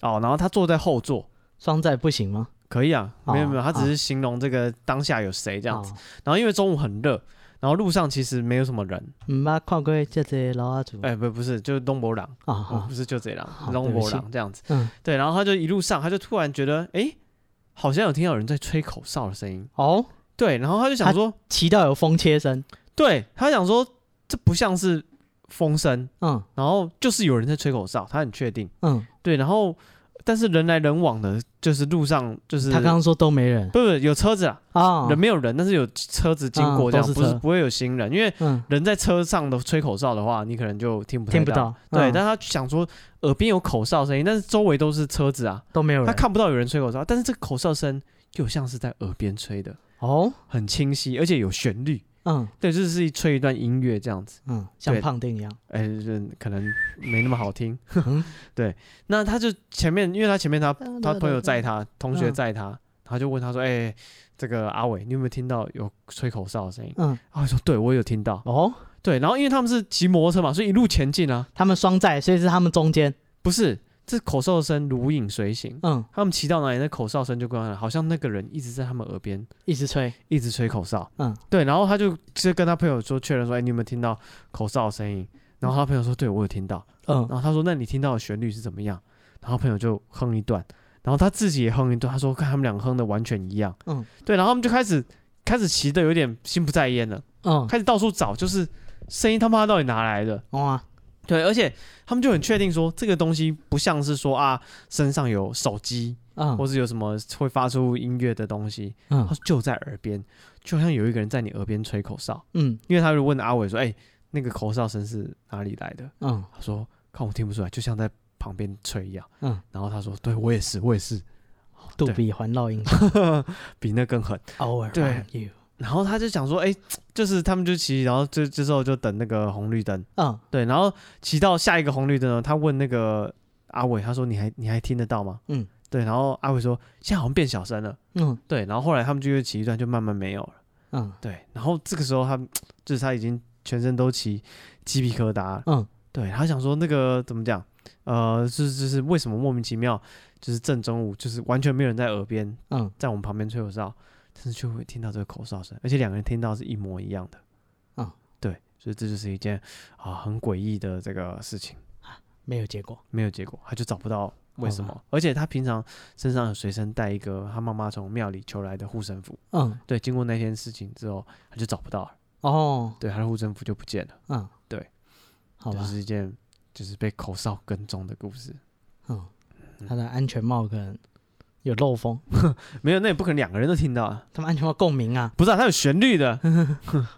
哦，然后他坐在后座，双寨不行吗？可以啊，没有没有，哦他只是形容这个当下有谁这这样子。，然后因为中午很热，然后路上其实没有什么人，唔捌看嗯啊过这些老阿祖哎、不不是，就是东博朗，啊哦啊不，是就这样，嗯好东对不博起朗这样子。嗯对，然后他就一路上，他就突然觉得，哎、好像有听到有人在吹口哨的声音。哦，对，然后他就想他说，骑到有风切声，对他想说，这不像是风声，嗯然后就是有人在吹口哨，他很确定。嗯，对，然后但是人来人往的，就是路上就是他刚刚说都没人不是有车子啊，啊人，没有人，但是有车子经啊过，这都样是不是车不会有行人，因为嗯，人在车上的吹口哨的话，你可能就听不太听不到，对，嗯但他想说耳边有口哨声音，但是周围都是车子啊，都没有他人，看不到有人吹口哨，但是这个口哨声又像是在耳边吹的，哦，很清晰，而且有旋律。嗯对，就是吹一段音乐这样子。嗯，像对胖丁一 [LAUGHS] 样，哎、嗯可能没那么好听嗯。对，那他就前面，因为他前面他他朋友载他，同学嗯载他，他就问他说：“哎、这个阿伟，你有没有听到有吹口哨的声音嗯？”阿伟说：“对，我有听到。哦，”对，然后因为他们是骑摩托车嘛，所以一路前进啊，他们双寨，所以是他们中间，不是这口哨声如影随形。嗯，他们骑到哪里，那口哨声就过来了，好像那个人一直在他们耳边一直吹，一直吹口哨。嗯，对，然后他就就跟他朋友说确认说：“哎、你有没有听到口哨的声音？”然后他朋友说：“对，我有听到。”嗯然后他说：“那你听到的旋律是怎么样？”然后朋友就哼一段，然后他自己也哼一段。他说：“看他们两个哼的完全一样。”嗯，对，然后他们就开始开始骑的有点心不在焉了，嗯，开始到处找，就是声音他妈到底哪来的？哇，对，而且他们就很确定说这个东西不像是说啊身上有手机或嗯是有什么会发出音乐的东西，他嗯说就在耳边，就好像有一个人在你耳边吹口哨。嗯因为他就问阿伟说：“哎、那个口哨声是哪里来的？”嗯，他说：“看我听不出来，就像在旁边吹一样。”嗯，然后他说：“对我也是，我也是， [LAUGHS] 杜对比环绕音比那更狠。 [LAUGHS] ，Over 对 you，” 然后他就想说：“哎、就是他们就骑，然后这这时候就等那个红绿灯，嗯对，然后骑到下一个红绿灯呢，他问那个阿伟，他说：‘你还你还听得到吗？’嗯，对，然后阿伟说现在好像变小声了，嗯对，然后后来他们就又骑一段就慢慢没有了，嗯对，然后这个时候他就是他已经全身都起鸡皮疙瘩了，嗯，对他想说那个怎么讲，呃，就是就是为什么莫名其妙就是正中午就是完全没有人在耳边嗯在我们旁边吹口哨，但是就会听到这个口哨声，而且两个人听到是一模一样的，嗯，对，所以这就是一件啊很诡异的这个事情。没有结果。没有结果，他就找不到为什好么。而且他平常身上有随身带一个他妈妈从庙里求来的护身符，嗯对，经过那件事情之后，他就找不到了，哦对，他的护身符就不见了，嗯对，好就吧是一件就是被口哨跟踪的故事。嗯，他的安全帽可能有漏风，没有，那也不可能两个人都听到啊，他们安全帽共鸣啊，不是啊，他有旋律 [LAUGHS] 的，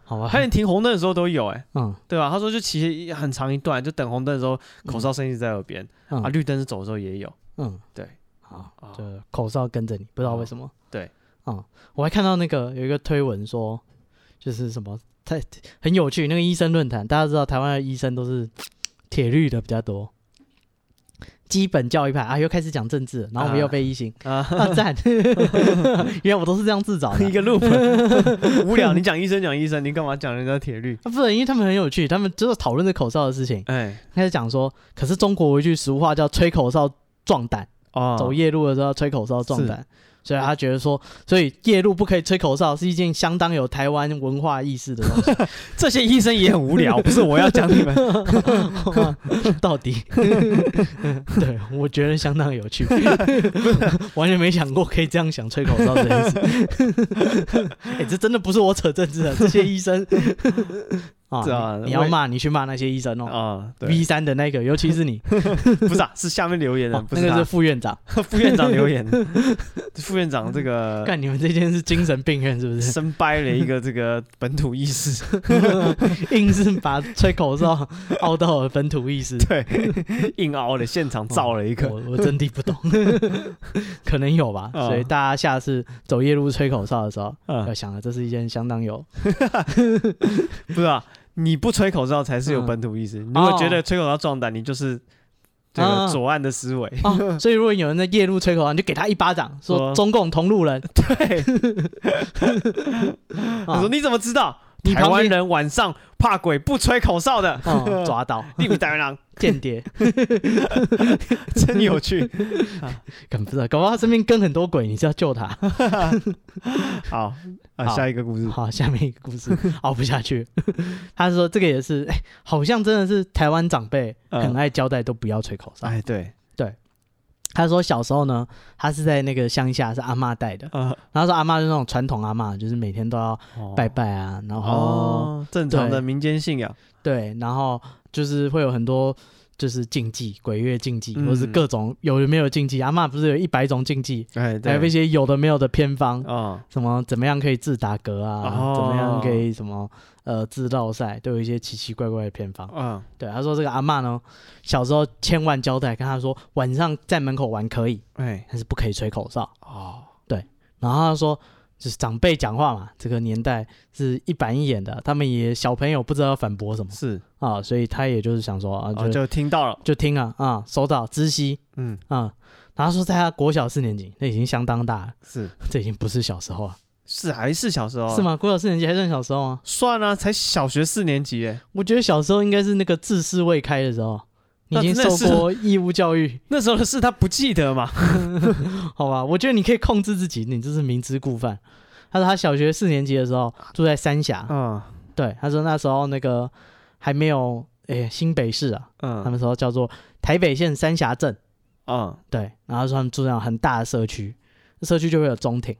好吧他，连停红灯的时候都有、欸，哎，嗯对吧？他说就骑很长一段，就等红灯的时候，口哨声一直在耳边、啊，嗯绿灯走的时候也有，嗯，对，好，啊就口哨跟着你，不知道为什么。对，嗯，我还看到那个有一个推文说，就是什么太很有趣，那个医生论坛，大家知道台湾的医生都是铁律的比较多。基本教育派啊，又开始讲政治了，然后我们又被一行啊啊赞， [LAUGHS] 原来我都是这样自找的 [LAUGHS] 啊一，个 [LAUGHS] loop，无聊。你讲医生讲医生，你干嘛讲人家铁律？啊、不是，因为他们很有趣，他们就是讨论这口哨的事情，哎、开始讲说，可是中国有一句俗话叫“吹口哨壮胆”，哦，走夜路的时候要吹口哨壮胆，所以他觉得说，所以夜路不可以吹口哨是一件相当有台湾文化意识的东西。 [LAUGHS] 这些医生也 [LAUGHS] 很无聊，不是我要讲你 [LAUGHS] 们。到 [LAUGHS] 底，对我觉得相当有趣，完全没想过可以这样想吹口哨这件事。 [LAUGHS] 哎、这真的不是我扯政治的，这些医生是啊啊，你你我要也骂你去骂那些医生哦。啊，对， V 三的那个，尤其是你，不是啊，是下面留言的，哦 [LAUGHS] 不那是个是他，副院长。副院长留 [LAUGHS] 言的。副院长这个干，你们这间是精神病院是不是？深掰了一个这个本土意识， [LAUGHS] 硬是把吹口哨凹到我的本土意识，对， [LAUGHS] 硬凹的，现场造了一个。哦我我真的不懂， [LAUGHS] 可能有吧。啊所以大家下次走夜路吹口哨的时候，嗯要，想了，这是一件相当有不是啊，你不吹口哨才是有嗯哦本土意识。你如果觉得吹口哨壮胆，你就是这啊个左岸的思维。 [LAUGHS] 哦。所以如果有人在夜路吹口哨，你就给他一巴掌，说说中共同路 [LAUGHS] 人。对，嗯我啊说你怎么知道？你台旁湾边人晚上怕鬼不吹口哨的，哦，[LAUGHS] 抓到你比台湾人间谍，真有趣。敢不知道，搞不好他身边跟很多鬼，你是要救他。嗯好啊，好下一个故事。好，下面一个故事熬不下去， [LAUGHS] 他说这个也是，哎、好像真的是台湾长辈很嗯爱交代都不要吹口哨。哎，对，他说小时候呢，他是在那个乡下，是阿嬷带的。啊，然后说阿嬷是那种传统阿嬷，就是每天都要呃拜拜啊，然后、哦，正常的对民间信仰，对，然后就是会有很多就是禁忌，鬼月禁忌，嗯或是各种有的没有禁忌。阿嬷不是有一百种禁忌，哎，还有一对，些有的没有的偏方，啊，什么怎么样可以治打嗝啊，哦怎么样可以什么呃治落晒，都有一些奇奇怪怪的偏方。嗯，对，他说这个阿嬷呢，小时候千万交代跟他说，晚上在门口玩可以，哎，但是不可以吹口哨。哦，然后他说，就是长辈讲话嘛，这个年代是一板一眼的，他们也小朋友不知道要反驳什么是，啊，所以他也就是想说啊，哦，就、就听到了，就听啊啊，收到知悉嗯，啊。然后说，在他国小四年级，那已经相当大了， [LAUGHS] 是这已经不是小时候了，是还是小时候啊是？吗？国小四年级还算小时候吗？算啊，才小学四年级耶，我觉得小时候应该是那个自视未开的时候，你那已经真的受是过义务教育，那时候的事他不记得嘛？好吧？我觉得你可以控制自己，你这是明知故犯。他说他小学四年级的时候住在三峡，嗯对，他说那时候那个还没有诶、新北市啊，他嗯们说叫做台北县三峡镇，嗯，对，然后说他们住在很大的社区，社区就会有中庭，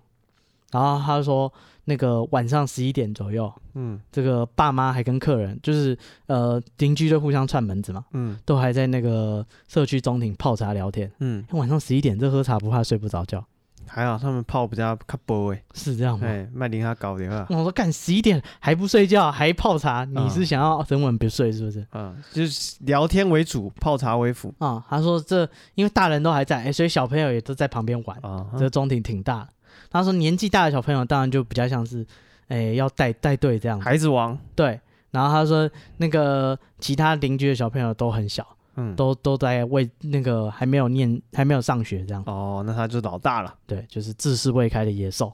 然后他说那个晚上十一点左右，嗯这个爸妈还跟客人就是呃邻居就互相串门子嘛，嗯都还在那个社区中庭泡茶聊天。嗯，晚上十一点这喝茶不怕睡不着觉，还好他们泡比较较薄诶，是这样吗？哎，麦林他搞的啊，我说干十一点还不睡觉还泡茶，你是嗯想要哦整晚不睡是不是？嗯，就是聊天为主，泡茶为辅啊、他说这因为大人都还在，哎、所以小朋友也都在旁边玩，啊，这个中庭挺大。他说年纪大的小朋友当然就比较像是，哎、要带带队这样，孩子王，对。然后他说那个其他邻居的小朋友都很小，嗯，都都在为那个还没有念还没有上学这样，哦，那他就老大了，对，就是自视未开的野兽，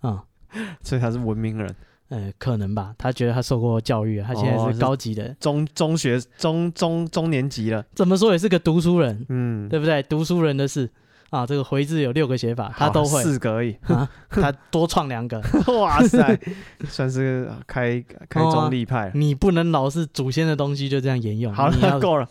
啊、所以他是文明人，呃，可能吧，他觉得他受过教育，啊他现哦在是是高级的人，中中学中中中年级了，怎么说也是个读书人，嗯，对不对？读书人的事啊，这个回字有六个写法，他好都会，四个而 [LAUGHS] 已，啊，他多创两个，哇塞，算是开开宗立派了。你不能老是祖先的东西就这样沿用，好你要了，够了，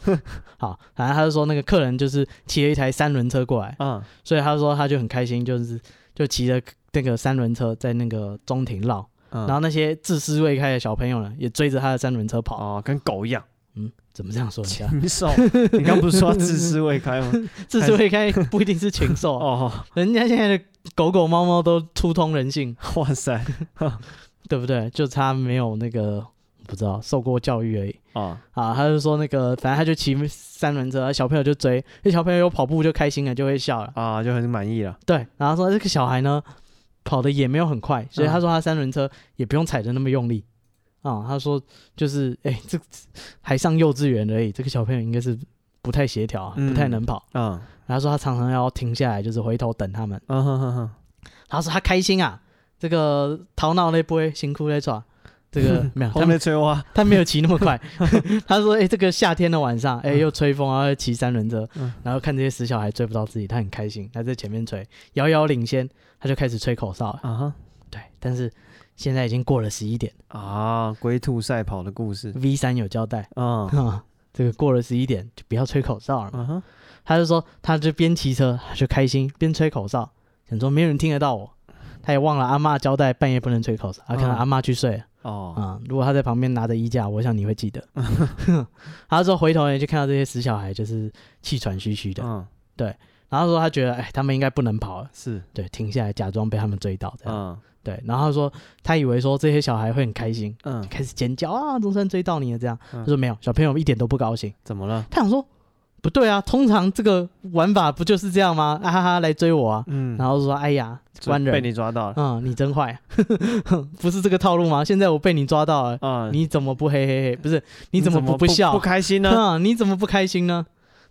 好，反正他就说那个客人就是骑了一台三轮车过来，嗯，所以他说他就很开心，就是就骑着那个三轮车在那个中庭绕，然然后那些自私未开的小朋友呢，也追着他的三轮车跑。哦，跟狗一样，嗯，怎么这样说 [LAUGHS] 人家？禽兽。你刚不是说自私未开吗？自私未开不一定是禽兽 [LAUGHS] 啊，哦，人家现在的狗狗猫猫都粗通人性，哇塞，对不对？就差没有那个不知道受过教育而已。哦，啊，他就说那个，反正他就骑三轮车，小朋友就追，那小朋友有跑步就开心了，就会笑了。啊，就很满意了。对，然后说哎这个小孩呢，跑的也没有很快，所以他说他三轮车也不用踩的那么用力。啊、他说就是，哎、这还上幼稚园而已，这个小朋友应该是不太协调、啊，不太嗯能跑。嗯，然后他说他常常要停下来，就是回头等他们。嗯哼哼哼，他说他开心啊，这个头脑那不会辛苦那抓，这个没有，他后们面催花，他没有骑那么 [LAUGHS] 快。他说：“哎、这个夏天的晚上，哎、又吹风，然后又骑三轮车，嗯然后看这些死小孩追不到自己，他很开心，他在前面吹，遥遥领先，他就开始吹口哨了。啊哈，对，但是现在已经过了十一点啊，龟兔赛跑的故事， ，V 三有交代，嗯， [LAUGHS] 这个过了十一点就不要吹口哨了嘛。嗯哼，他就说，他就边骑车他就开心，边吹口哨，想说没人听得到我。”他也忘了阿嬷交代半夜不能吹口哨，他看到嗯阿嬷去睡了，哦，啊、如果他在旁边拿着衣架，我想你会 [LAUGHS] 记得。他说回头呢，就看到这些死小孩，就是气喘吁吁的。嗯，然后说他觉得，哎，他们应该不能跑了，是，对，停下来假装被他们追到这样。嗯对，然后他说他以为说这些小孩会很开心，嗯，开始尖叫啊，总算追到你了这样。嗯他说没有，小朋友一点都不高兴。怎么了？他想说，不对啊，通常这个玩法不就是这样吗？啊哈哈，来追我啊！嗯，然后说，哎呀，官被人，你抓到了，嗯，你真坏， [LAUGHS] 不是这个套路吗？现在我被你抓到了，啊，你怎么不嘿嘿呃嘿？不是，你怎么不不笑？不开心 [LAUGHS] 呢？啊你怎么不开心呢？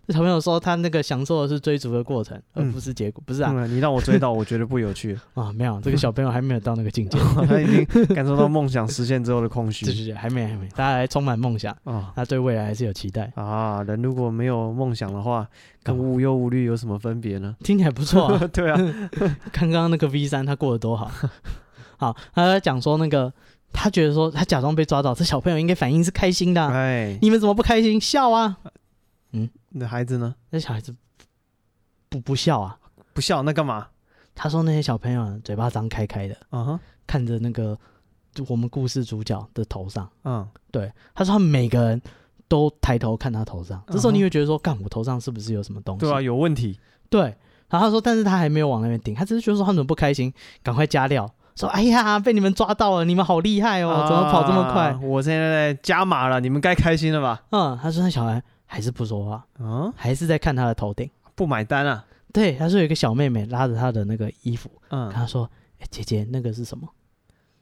这小朋友说他那个享受的是追逐的过程，而嗯不是结果，不是啊嗯，你让我追到，我觉得不有 [LAUGHS] 趣了，啊，没有，这个小朋友还没有到那个 [LAUGHS] 境界，他已经感受到梦想实现之后的空虚 [LAUGHS] 对。对对，还没还没，大家还充满梦想，啊他对未来还是有期待，啊！人如果没有梦想的话，跟无忧无虑有什么分别呢？。听起来不错、啊 [LAUGHS] 对啊，刚刚那个 V 三他过 [LAUGHS] 得多好，好，他在讲说那个他觉得说他假装被抓到，这小朋友应该反应是开心的啊、哎，你们怎么不开心？笑啊！你的孩子呢？那小孩子不不笑啊？不笑那干嘛？他说那些小朋友呢嘴巴张开开的。啊哈，看着那个就我们故事主角的头上，嗯，对，他说他们每个人都抬头看他头上，这时候嗯哼你会觉得说，干我头上是不是有什么东西？对啊，有问题。对然后他说，但是他还没有往那边顶，他只是觉得说他们怎么不开心，赶快加料，说哎呀，被你们抓到了，你们好厉害哎哦，怎么跑这么快啊？我现在在加码了，你们该开心了吧？嗯，他说那小孩还是不说话，嗯，还是在看他的头顶。不买单啊。对，他说有一个小妹妹拉着他的那个衣服，嗯，他说：“哎、姐姐，那个是什么？”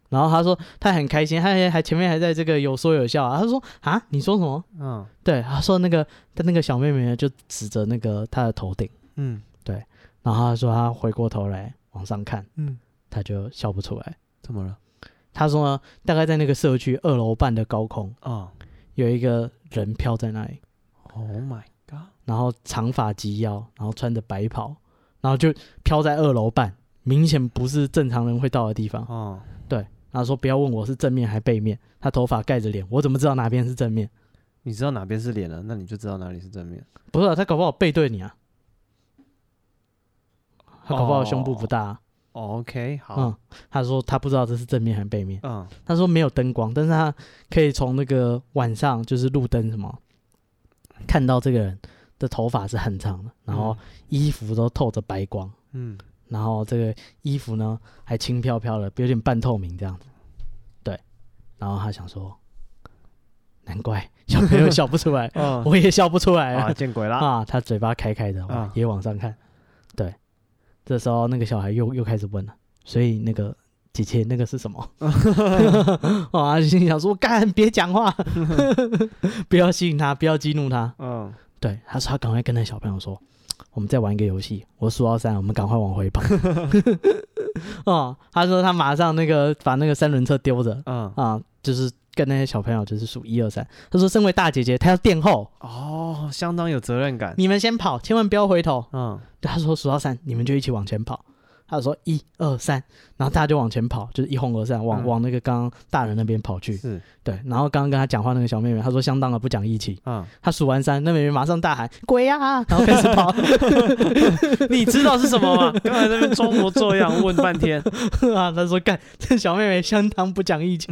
然后他说他很开心，他还还前面还在这个有说有笑啊。他说：“啊，你说什么嗯？”对，他说那个他那个小妹妹呢，就指着那个她的头顶，嗯然后他说他回过头来往上看，嗯，他就笑不出来。怎么了？他说呢，大概在那个社区二楼半的高空，啊有一个人飘在那里， ，Oh my god！然后长发及腰，然后穿着白袍，然后就飘在二楼半，明显不是正常人会到的地方。哦，他说不要问我是正面还背面，他头发盖着脸，我怎么知道哪边是正面？你知道哪边是脸了，那你就知道哪里是正面。不是啊、他搞不好背对你啊，他搞不好胸部不大、啊。 OK，好，嗯，他说他不知道这是正面还背面，嗯他说没有灯光，但是他可以从那个晚上就是路灯什么看到这个人的头发是很长的，然后衣服都透着白光，嗯，，然后这个衣服呢还轻飘飘的，有点半透明这样子。对，然后他想说，难怪小朋友笑不出来 [LAUGHS] 嗯我也笑不出来啊，啊见鬼啦！啊！他嘴巴开开的，哇啊也往上看。对，这时候那个小孩又又开始问了，所以那个姐姐那个是什么？ [LAUGHS] 哦 [LAUGHS] 啊，他心里想说，干别讲话，不要吸引他，不要激怒他。嗯对，他说他赶快跟那小朋友说，我们再玩一个游戏，我数到三，我们赶快往回跑。哦，他说他马上那个把那个三轮车丢着嗯，啊，就是跟那些小朋友就是数一二三。他说身为大姐姐，她要垫后，哦，相当有责任感。你们先跑，千万不要回头。嗯，他说数到三，你们就一起往前跑。他说一二三，然后大家就往前跑，就是一哄而散，往、嗯往那个刚刚大人那边跑去。是，对，然后刚刚跟他讲话那个小妹妹，她说相当的不讲义气。嗯，她数完三，那妹妹马上大喊“鬼啊”，然后开始跑。 [LAUGHS] 你知道是什么吗？刚才那边装模作样问半 [LAUGHS] 天， [LAUGHS] 啊，她说干，这小妹妹相当不讲义气。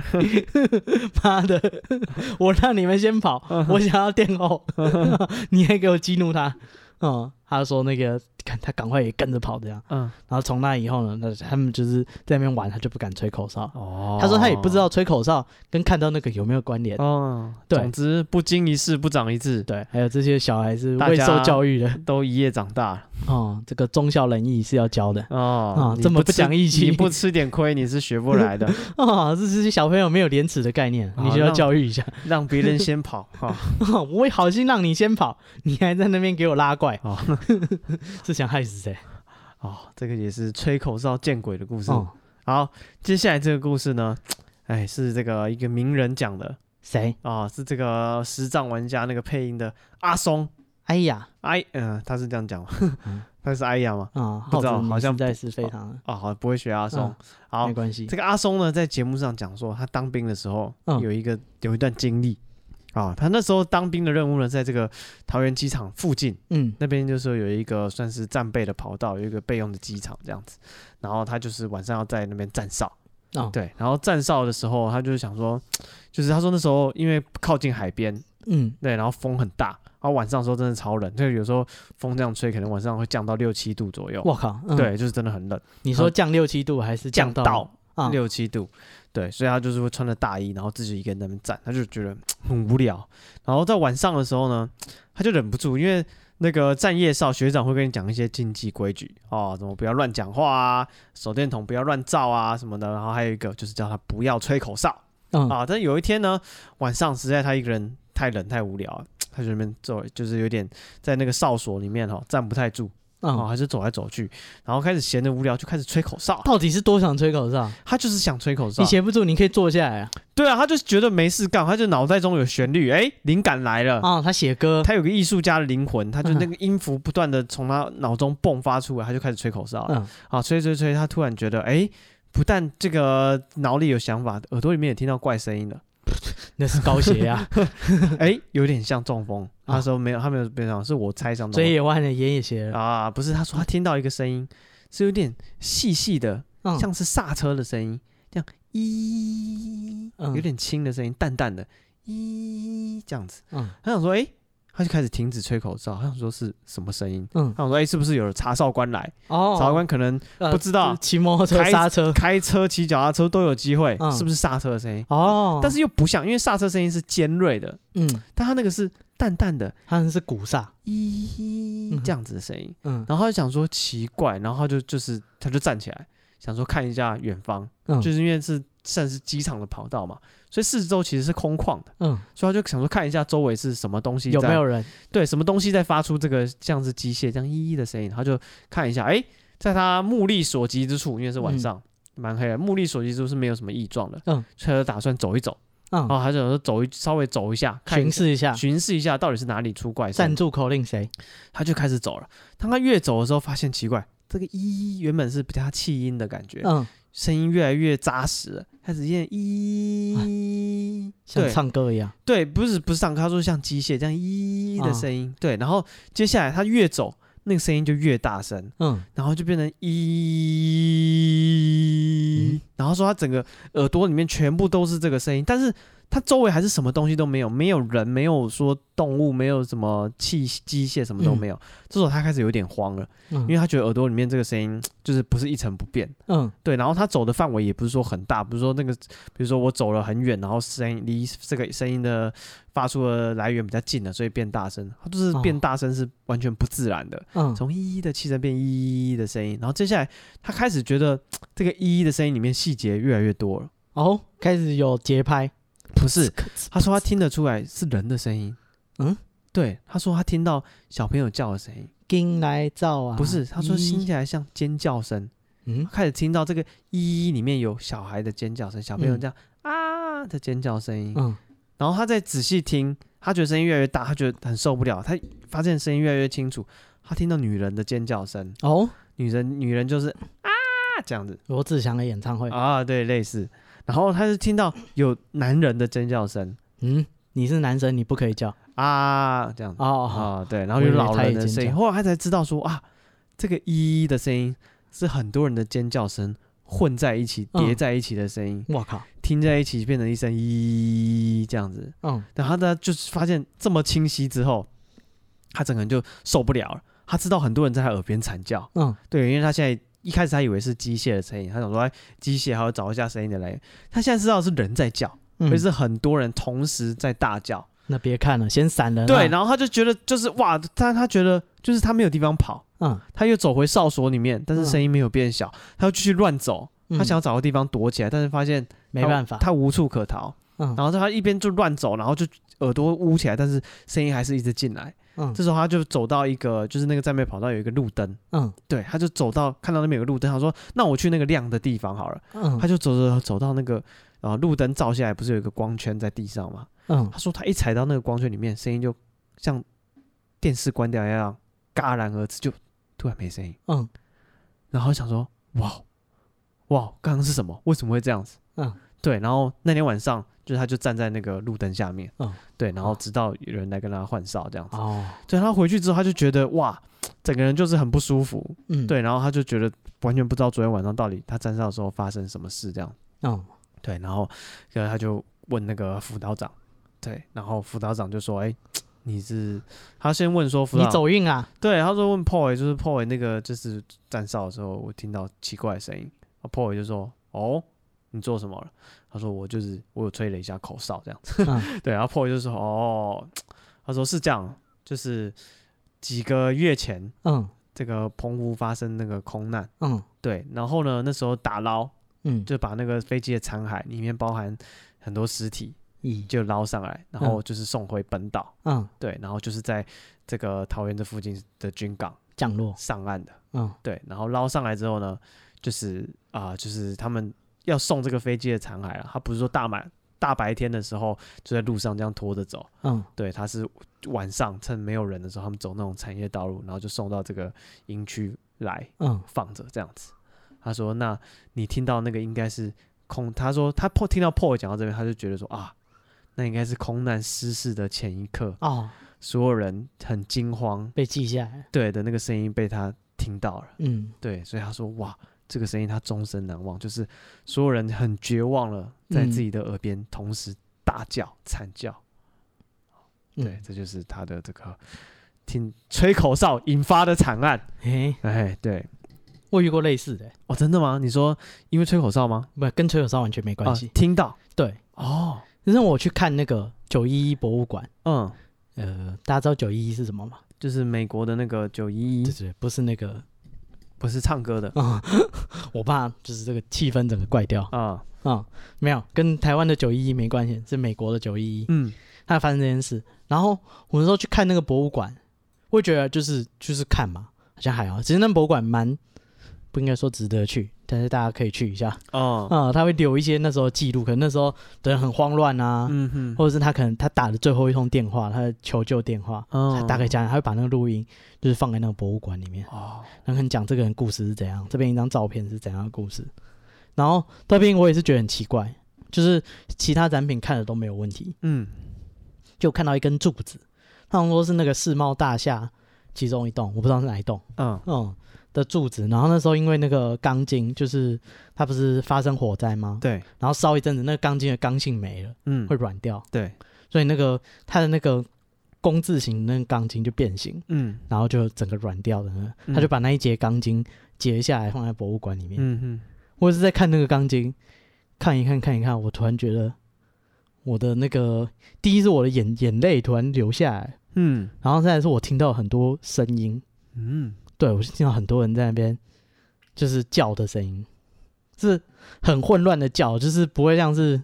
[LAUGHS] 妈的，我让你们先跑，嗯我想要垫后， [LAUGHS] 你还给我激怒她。嗯，她说那个，看她赶快也跟着跑这样。嗯，然后从那以后呢，那他们就是在那边玩，他就不敢吹口哨。哦，他说他也不知，道吹口哨跟看到那个有没有关联。哦，对总之不经一事不长一智，对，还有这些小孩是大未家受教育的，都一夜长大了，哦，这个忠孝仁义是要教的哦啊，你这么不吃讲义气你不吃点亏你是学不来 [LAUGHS] 的，哦，这是小朋友没有廉耻的概念，啊你就要让教育一下。让别人先跑哈，哦 [LAUGHS] 我也好心让你先跑，你还在那边给我拉怪，哦 [LAUGHS] 是想害死谁？哦，这个也是吹口哨见鬼的故事。哦，好，接下来这个故事呢，哎，是这个一个名人讲的谁？啊、是这个实战玩家那个配音的阿松，哎呀，哎，嗯、他是这样讲吗嗯？ [LAUGHS] 他是哎呀吗？啊，不知浩子道好你像实在不是非常啊、好，不会学阿松。嗯好没，关系这。个阿松呢，在节目上讲说，他当兵的时候、嗯有一个有一段经历啊、他那时候当兵的任务呢，在这个桃园机场附近，嗯那边就是有一个算是战备的跑道，有一个备用的机场这样子。然后他就是晚上要在那边站哨，哦对。然后站哨的时候，他就是想说，就是他说那时候因为靠近海边，嗯对，然后风很大，然后晚上的时候真的超冷，就是有时候风这样吹，可能晚上会降到六七度左右。我靠，嗯，对，就是真的很冷，你说降六七度还是降到到啊？六七度，对，所以他就是会穿着大衣，然后自己一个人在那边站，他就觉得很无聊。然后在晚上的时候呢，他就忍不住，因为那个站夜哨学长会跟你讲一些禁忌规矩哦，怎么不要乱讲话啊，手电筒不要乱照啊什么的。然后还有一个就是叫他不要吹口哨嗯啊。但有一天呢，晚上实在他一个人太冷太无聊了，他就在那边坐，就是有点在那个哨所里面哈、哦、站不太住啊、哦，嗯，还是走来走去，然后开始闲得无聊就开始吹口哨，到底是多想吹口哨？他就是啊想吹口哨你。写不住，你可以坐下来啊。对啊，他就觉得没事干，他就脑袋中有旋律，哎，灵感来了。啊，他写歌，他有个艺术家的灵魂，他就嗯那个音符不断的从他脑中迸发出来，他就开始吹口哨了。嗯啊，吹吹吹，他突然觉得，哎，不但这个脑里有想法，耳朵里面也听到怪声 [LAUGHS] 音了。那是高血 [LAUGHS] 压，哎，有点像中风。啊他说没有，他没有变上，是我猜想嘴的。也弯了，眼也斜了，啊，不是，他说他听到一个声音，是有点细细的，嗯像是刹车的声音，这样咦，嗯有点轻的声音，淡淡的咦这样子。嗯他想说，哎、他就开始停止吹口哨，他想说是什么声音？嗯他想说，哎、是不是有查哨官来？哦，查哨官可能呃不知道骑摩托车开刹车开车、骑脚踏车都有机会，嗯是不是刹车的声音？哦，但是又不像，因为刹车声音是尖锐的，嗯，但他那个是淡淡的他们是鼓刹，咦这样子的声音。嗯然后他就想说奇怪，然后他就就是他就站起来，想说看一下远方，嗯就是因为是算是机场的跑道嘛，所以四周其实是空旷的，嗯，所以他就想说看一下周围是什么东西有在没有人？对，什么东西在发出这个像是机械这样咿咿的声音，他就看一下，哎，在他目力所及之处，因为是晚上，蛮黑的，目力所及之处是没有什么异状的，嗯，所以他就打算走一走，然嗯，后他就想说走一稍微走一下，哦看一巡下视一下，巡视一下到底是哪里出怪赞声，助口令谁？他就开始走了。当他越走的时候，发现奇怪，这个咿原本是比较气音的感觉，嗯，声音越来越扎实了，开始变咿，像对，唱歌一样，对，不是不是上课，他说像机械这样咦的啊声音。对，然后接下来他越走，那个声音就越大声，嗯，然后就变成咦，嗯然后说他整个耳朵里面全部都是这个声音，但是他周围还是什么东西都没有，没有人，没有说动物，没有什么器机械，什么嗯都没有。这时候他开始有点慌了，因因为他觉得耳朵里面这个声音就是不是一成不变。嗯对，然后他走的范围也不是说很大，不是说那个，比如说我走了很远，然后声音离这个声音的发出的来源比较近了，所以变大声。它就是哦变大声是完全不自然的，嗯，从一一的气声变一一的声音。然后接下来他开始觉得这个一一的声音里面细节越来越多了，哦，开始有节拍，不是？咳，他说他听得出来是人的声音，嗯，对，他说他听到小朋友叫的声音，金来照啊，不是，他说听咦，起来像尖叫声，嗯他，开始听到这个“一”里面有小孩的尖叫声，小朋友嗯这样、啊的尖叫声音，嗯，然后他再仔细听，他觉得声音越来越大，他觉得很受不了，他发现声音越来越清楚，他听到女人的尖叫声，哦，女人女人就是啊这样子罗志祥的演唱会，啊，对，类似，然后他是听到有男人的尖叫声嗯，你是男生，你不可以叫啊这样子哦，好，啊，对，然后我以有为老他人也的尖声音，叫后来他才知道说啊，这个一的声音是很多人的尖叫声混在一起叠嗯在一起的声音，我靠，听在一起变成一声一这样子，嗯，然后他就是发现这么清晰之后，他整个人就受不了了。他知道很多人在他耳边惨叫，嗯，对，因为他现在一开始他以为是机械的声音，他想说哎，机械还要找一下声音的来源。他现在知道是人在叫，嗯而且是很多人同时在大叫。那别看了，先闪人啊，对，然后他就觉得就是哇，但他觉得就是他没有地方跑，嗯，他又走回哨所里面，但是嗯声音没有变小，他又继续乱走。嗯他想要找个地方躲起来，但是发现没他办法，他无处可逃。啊嗯然后他一边就乱走，然后就耳朵捂起来，但是声音还是一直进来。嗯这时候他就走到一个，就是那个站妹跑道有一个路灯，嗯对，他就走到看到那边有个路灯，他说：“那我去那个亮的地方好了。”嗯他就走走走到那个啊路灯照下来，不是有一个光圈在地上吗？嗯他，说他一踩到那个光圈里面，声音就像电视关掉一样，戛然而止，就突然没声音。嗯，然后想说，哇哇，刚刚是什么？为什么会这样子？嗯，对。然后那天晚上，就是他就站在那个路灯下面，嗯，对，然后直到有人来跟他换哨这样子。哦，对，他回去之后，他就觉得哇，整个人就是很不舒服，嗯，，对，然后他就觉得完全不知道昨天晚上到底他站哨的时候发生什么事这样。嗯对，然后然后他就问那个辅导长，对，然后辅导长就说：“哎、你是？”他先问说：“辅导你长走运啊，对，他说问 Paul，就是欸 Paul 那个就是站哨的时候，我听到奇怪的声音。然后 Paul 就说：“哦，你做什么了？”他说：“我就是我有吹了一下口哨这样子。嗯对，然后 Paul 就说：“哦，他说是这样，就是几个月前嗯这个澎湖发生那个空难，嗯对，然后呢那时候打捞嗯，就把那个飞机的残骸里面包含很多尸体咦，就捞上来，然后就是送回本岛。嗯，对，然后就是在这个桃园这附近的军港降落，上岸的。嗯对，然后捞上来之后呢，就是啊、就是他们要送这个飞机的残骸了。他不是说大满大白天的时候就在路上这样拖着走，嗯对，他是晚上趁没有人的时候，他们走那种产业道路，然后就送到这个营区来嗯放着这样子。他说：“那你听到那个应该是空。”他说他破听到破讲到这边，他就觉得说啊，那应该是空难失事的前一刻，哦，所有人很惊慌，被记下来了，对的那个声音被他听到了。嗯对，所以他说哇，这个声音他终身难忘，就是所有人很绝望了，在自己的耳边同时大叫惨叫。嗯对，这就是他的这个听吹口哨引发的惨案。诶，哎，对，我遇过类似的，哦，真的吗？你说因为吹口哨吗？不跟吹口哨完全没关系啊，，听到对，哦，就是我去看那个九一一博物馆，嗯，呃，大家知道九一一是什么吗？就是美国的那个九一就一，是不是那个不是唱歌的啊、 [LAUGHS] 我怕就是这个气氛整个怪掉啊、啊，没有跟台湾的九一一没关系，是美国的九一一，嗯它发生这件事。然后我那时候去看那个博物馆，会觉得就是就是看嘛，好像还好。其实那博物馆蛮不应该说值得去，但是大家可以去一下哦，啊、他会留一些那时候记录，可能那时候的人很慌乱啊，嗯哼，或者是他可能他打的最后一通电话，他的求救电话，哦他大概讲，他会把那个录音就是放在那个博物馆里面。哦，然后跟你讲这个人故事是怎样，这边一张照片是怎样的故事。然后这边我也是觉得很奇怪，就是其他展品看的都没有问题，嗯就看到一根柱子，他们说是那个世贸大厦其中一栋，我不知道是哪一栋，嗯嗯的柱子。然后那时候因为那个钢筋，就是它不是发生火灾吗？对，然后烧一阵子，那个钢筋的刚性没了，嗯会软掉，对，所以那个它的那个工字形的那个钢筋就变形，嗯然后就整个软掉的呢，嗯他就把那一节钢筋截下来放在博物馆里面。嗯嗯，我也是在看那个钢筋，看一看看一看，我突然觉得我的那个第一是我的眼眼泪突然流下来，嗯然后再来是我听到很多声音，嗯，对我是听到很多人在那边就是叫的声音，是很混乱的叫，就是不会像是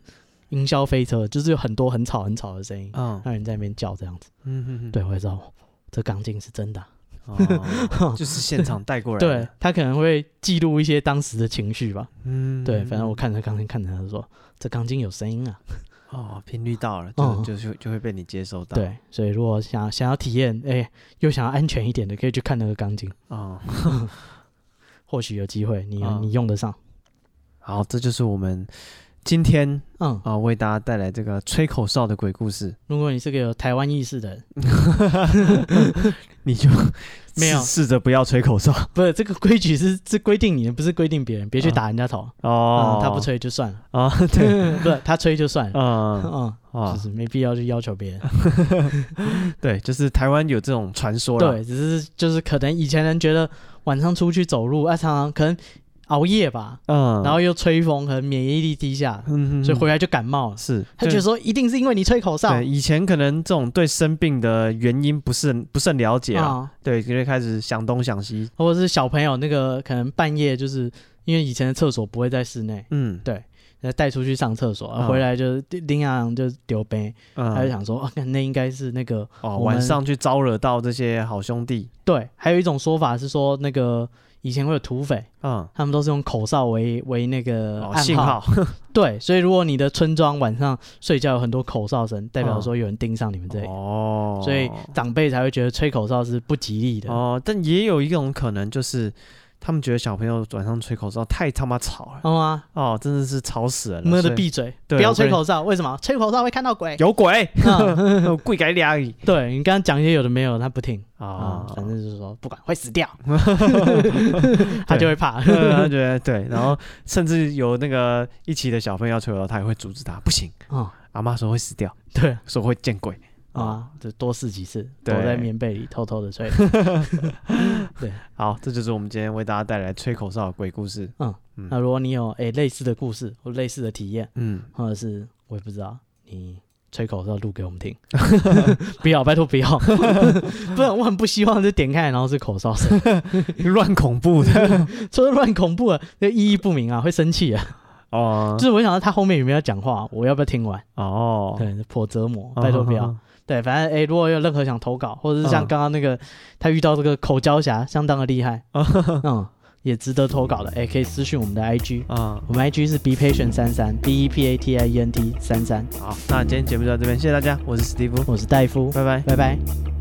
云霄飞车，就是有很多很吵很吵的声音，嗯让人在那边叫这样子。嗯嗯，嗯对，我也知道这钢筋是真的啊、 [LAUGHS] 哦就是现场带过来的，对他可能会记录一些当时的情绪吧。嗯，嗯，对，反正嗯我看着钢筋看着他就说，这钢筋有声音啊。哦，频率到了，嗯就就是就会被你接收到，，对，所以如果想想要体验，哎、又想要安全一点的，可以去看那个钢筋，哦，或许有机会你、嗯你用得上。好，这就是我们今天嗯，啊为大家带来这个吹口哨的鬼故事，如果你是个有台湾意识的人，你就没有试试着不要吹口哨不是这个规矩是是规定你的，不是规定别人，别去嗯打人家头。哦嗯，，他不吹就算了， [LAUGHS] 啊，对，不是他吹就算了，嗯嗯，啊 [LAUGHS] 就，是没必要去要求别人。对，就是台湾有这种传说啦，对，只是就是可能以前人觉得晚上出去走路，啊，常常可能熬夜吧，嗯，然后又吹风，可能免疫力低下，嗯，嗯，所以嗯回来就感冒了。是他觉就得说一定是因为你吹口哨对，以前可能这种对生病的原因不是不甚了解啊，啊，对，就会开始想东想西，或者是小朋友那个可能半夜就是因为以前的厕所不会在室内，嗯然后带出去上厕所，啊嗯回来就拎啊就丢杯，他就嗯，想说啊，那应该是那个哦，我晚们上去招惹到这些好兄弟，对，还有一种说法是说那个以前会有土匪。嗯，他们都是用口哨为为那个呃暗哦，信号，对，所以如果你的村庄晚上睡觉有很多口哨声，代表说有人盯上你们这里，嗯哦，所以长辈才会觉得吹口哨是不吉利的。哦，哦，但也有一种可能就是。他们觉得小朋友晚上吹口哨太他妈吵了啊，哦，真的是吵死人了。摸所的以闭嘴，对不要我跟吹你口哨。为什么？吹口哨会看到鬼。有鬼，嗯、 [LAUGHS] 跪改俩而已对你刚刚讲一些有的没有的，他不听啊啊，，反正就是说不管会死掉， [LAUGHS] 他就会怕。 [LAUGHS] 对他觉得对，然后甚至有那个一起的小朋友要吹口哨，他也会阻止他，不行， [LAUGHS] 嗯，阿妈说会死掉，对说会见鬼。啊，就多试几次，躲对在棉被里偷偷 [LAUGHS] 的吹。好，这就是我们今天为大家带来吹口哨的鬼故事。那如果你有诶、类似的故事或类似的体验，嗯， [LAUGHS] 或者是我也不知道，你吹口哨录给我 [LAUGHS] 们听，不要，拜托不要， [LAUGHS] 不然我很不希望就点开来然后是口 [LAUGHS] 哨声，乱恐怖 [LAUGHS] 的说乱恐怖了，那意义不明啊，会生气啊。哦就是我想到他后面有没有讲话，我要不要听完？哦，对，颇折磨，拜托不要。 [LAUGHS] 哦对，反正诶、如果有任何想投稿，或者是像嗯刚刚那个、他遇到这个口交侠相当的厉害，哦哦哦嗯，也值得投稿的，诶、可以私讯我们的 IG。哦我们 IG 是 be patient 三三 b e p a t i e n t 三三，嗯，好，那今天节目就到这边，谢谢大家，我是史蒂夫，我是戴夫，拜拜。拜拜。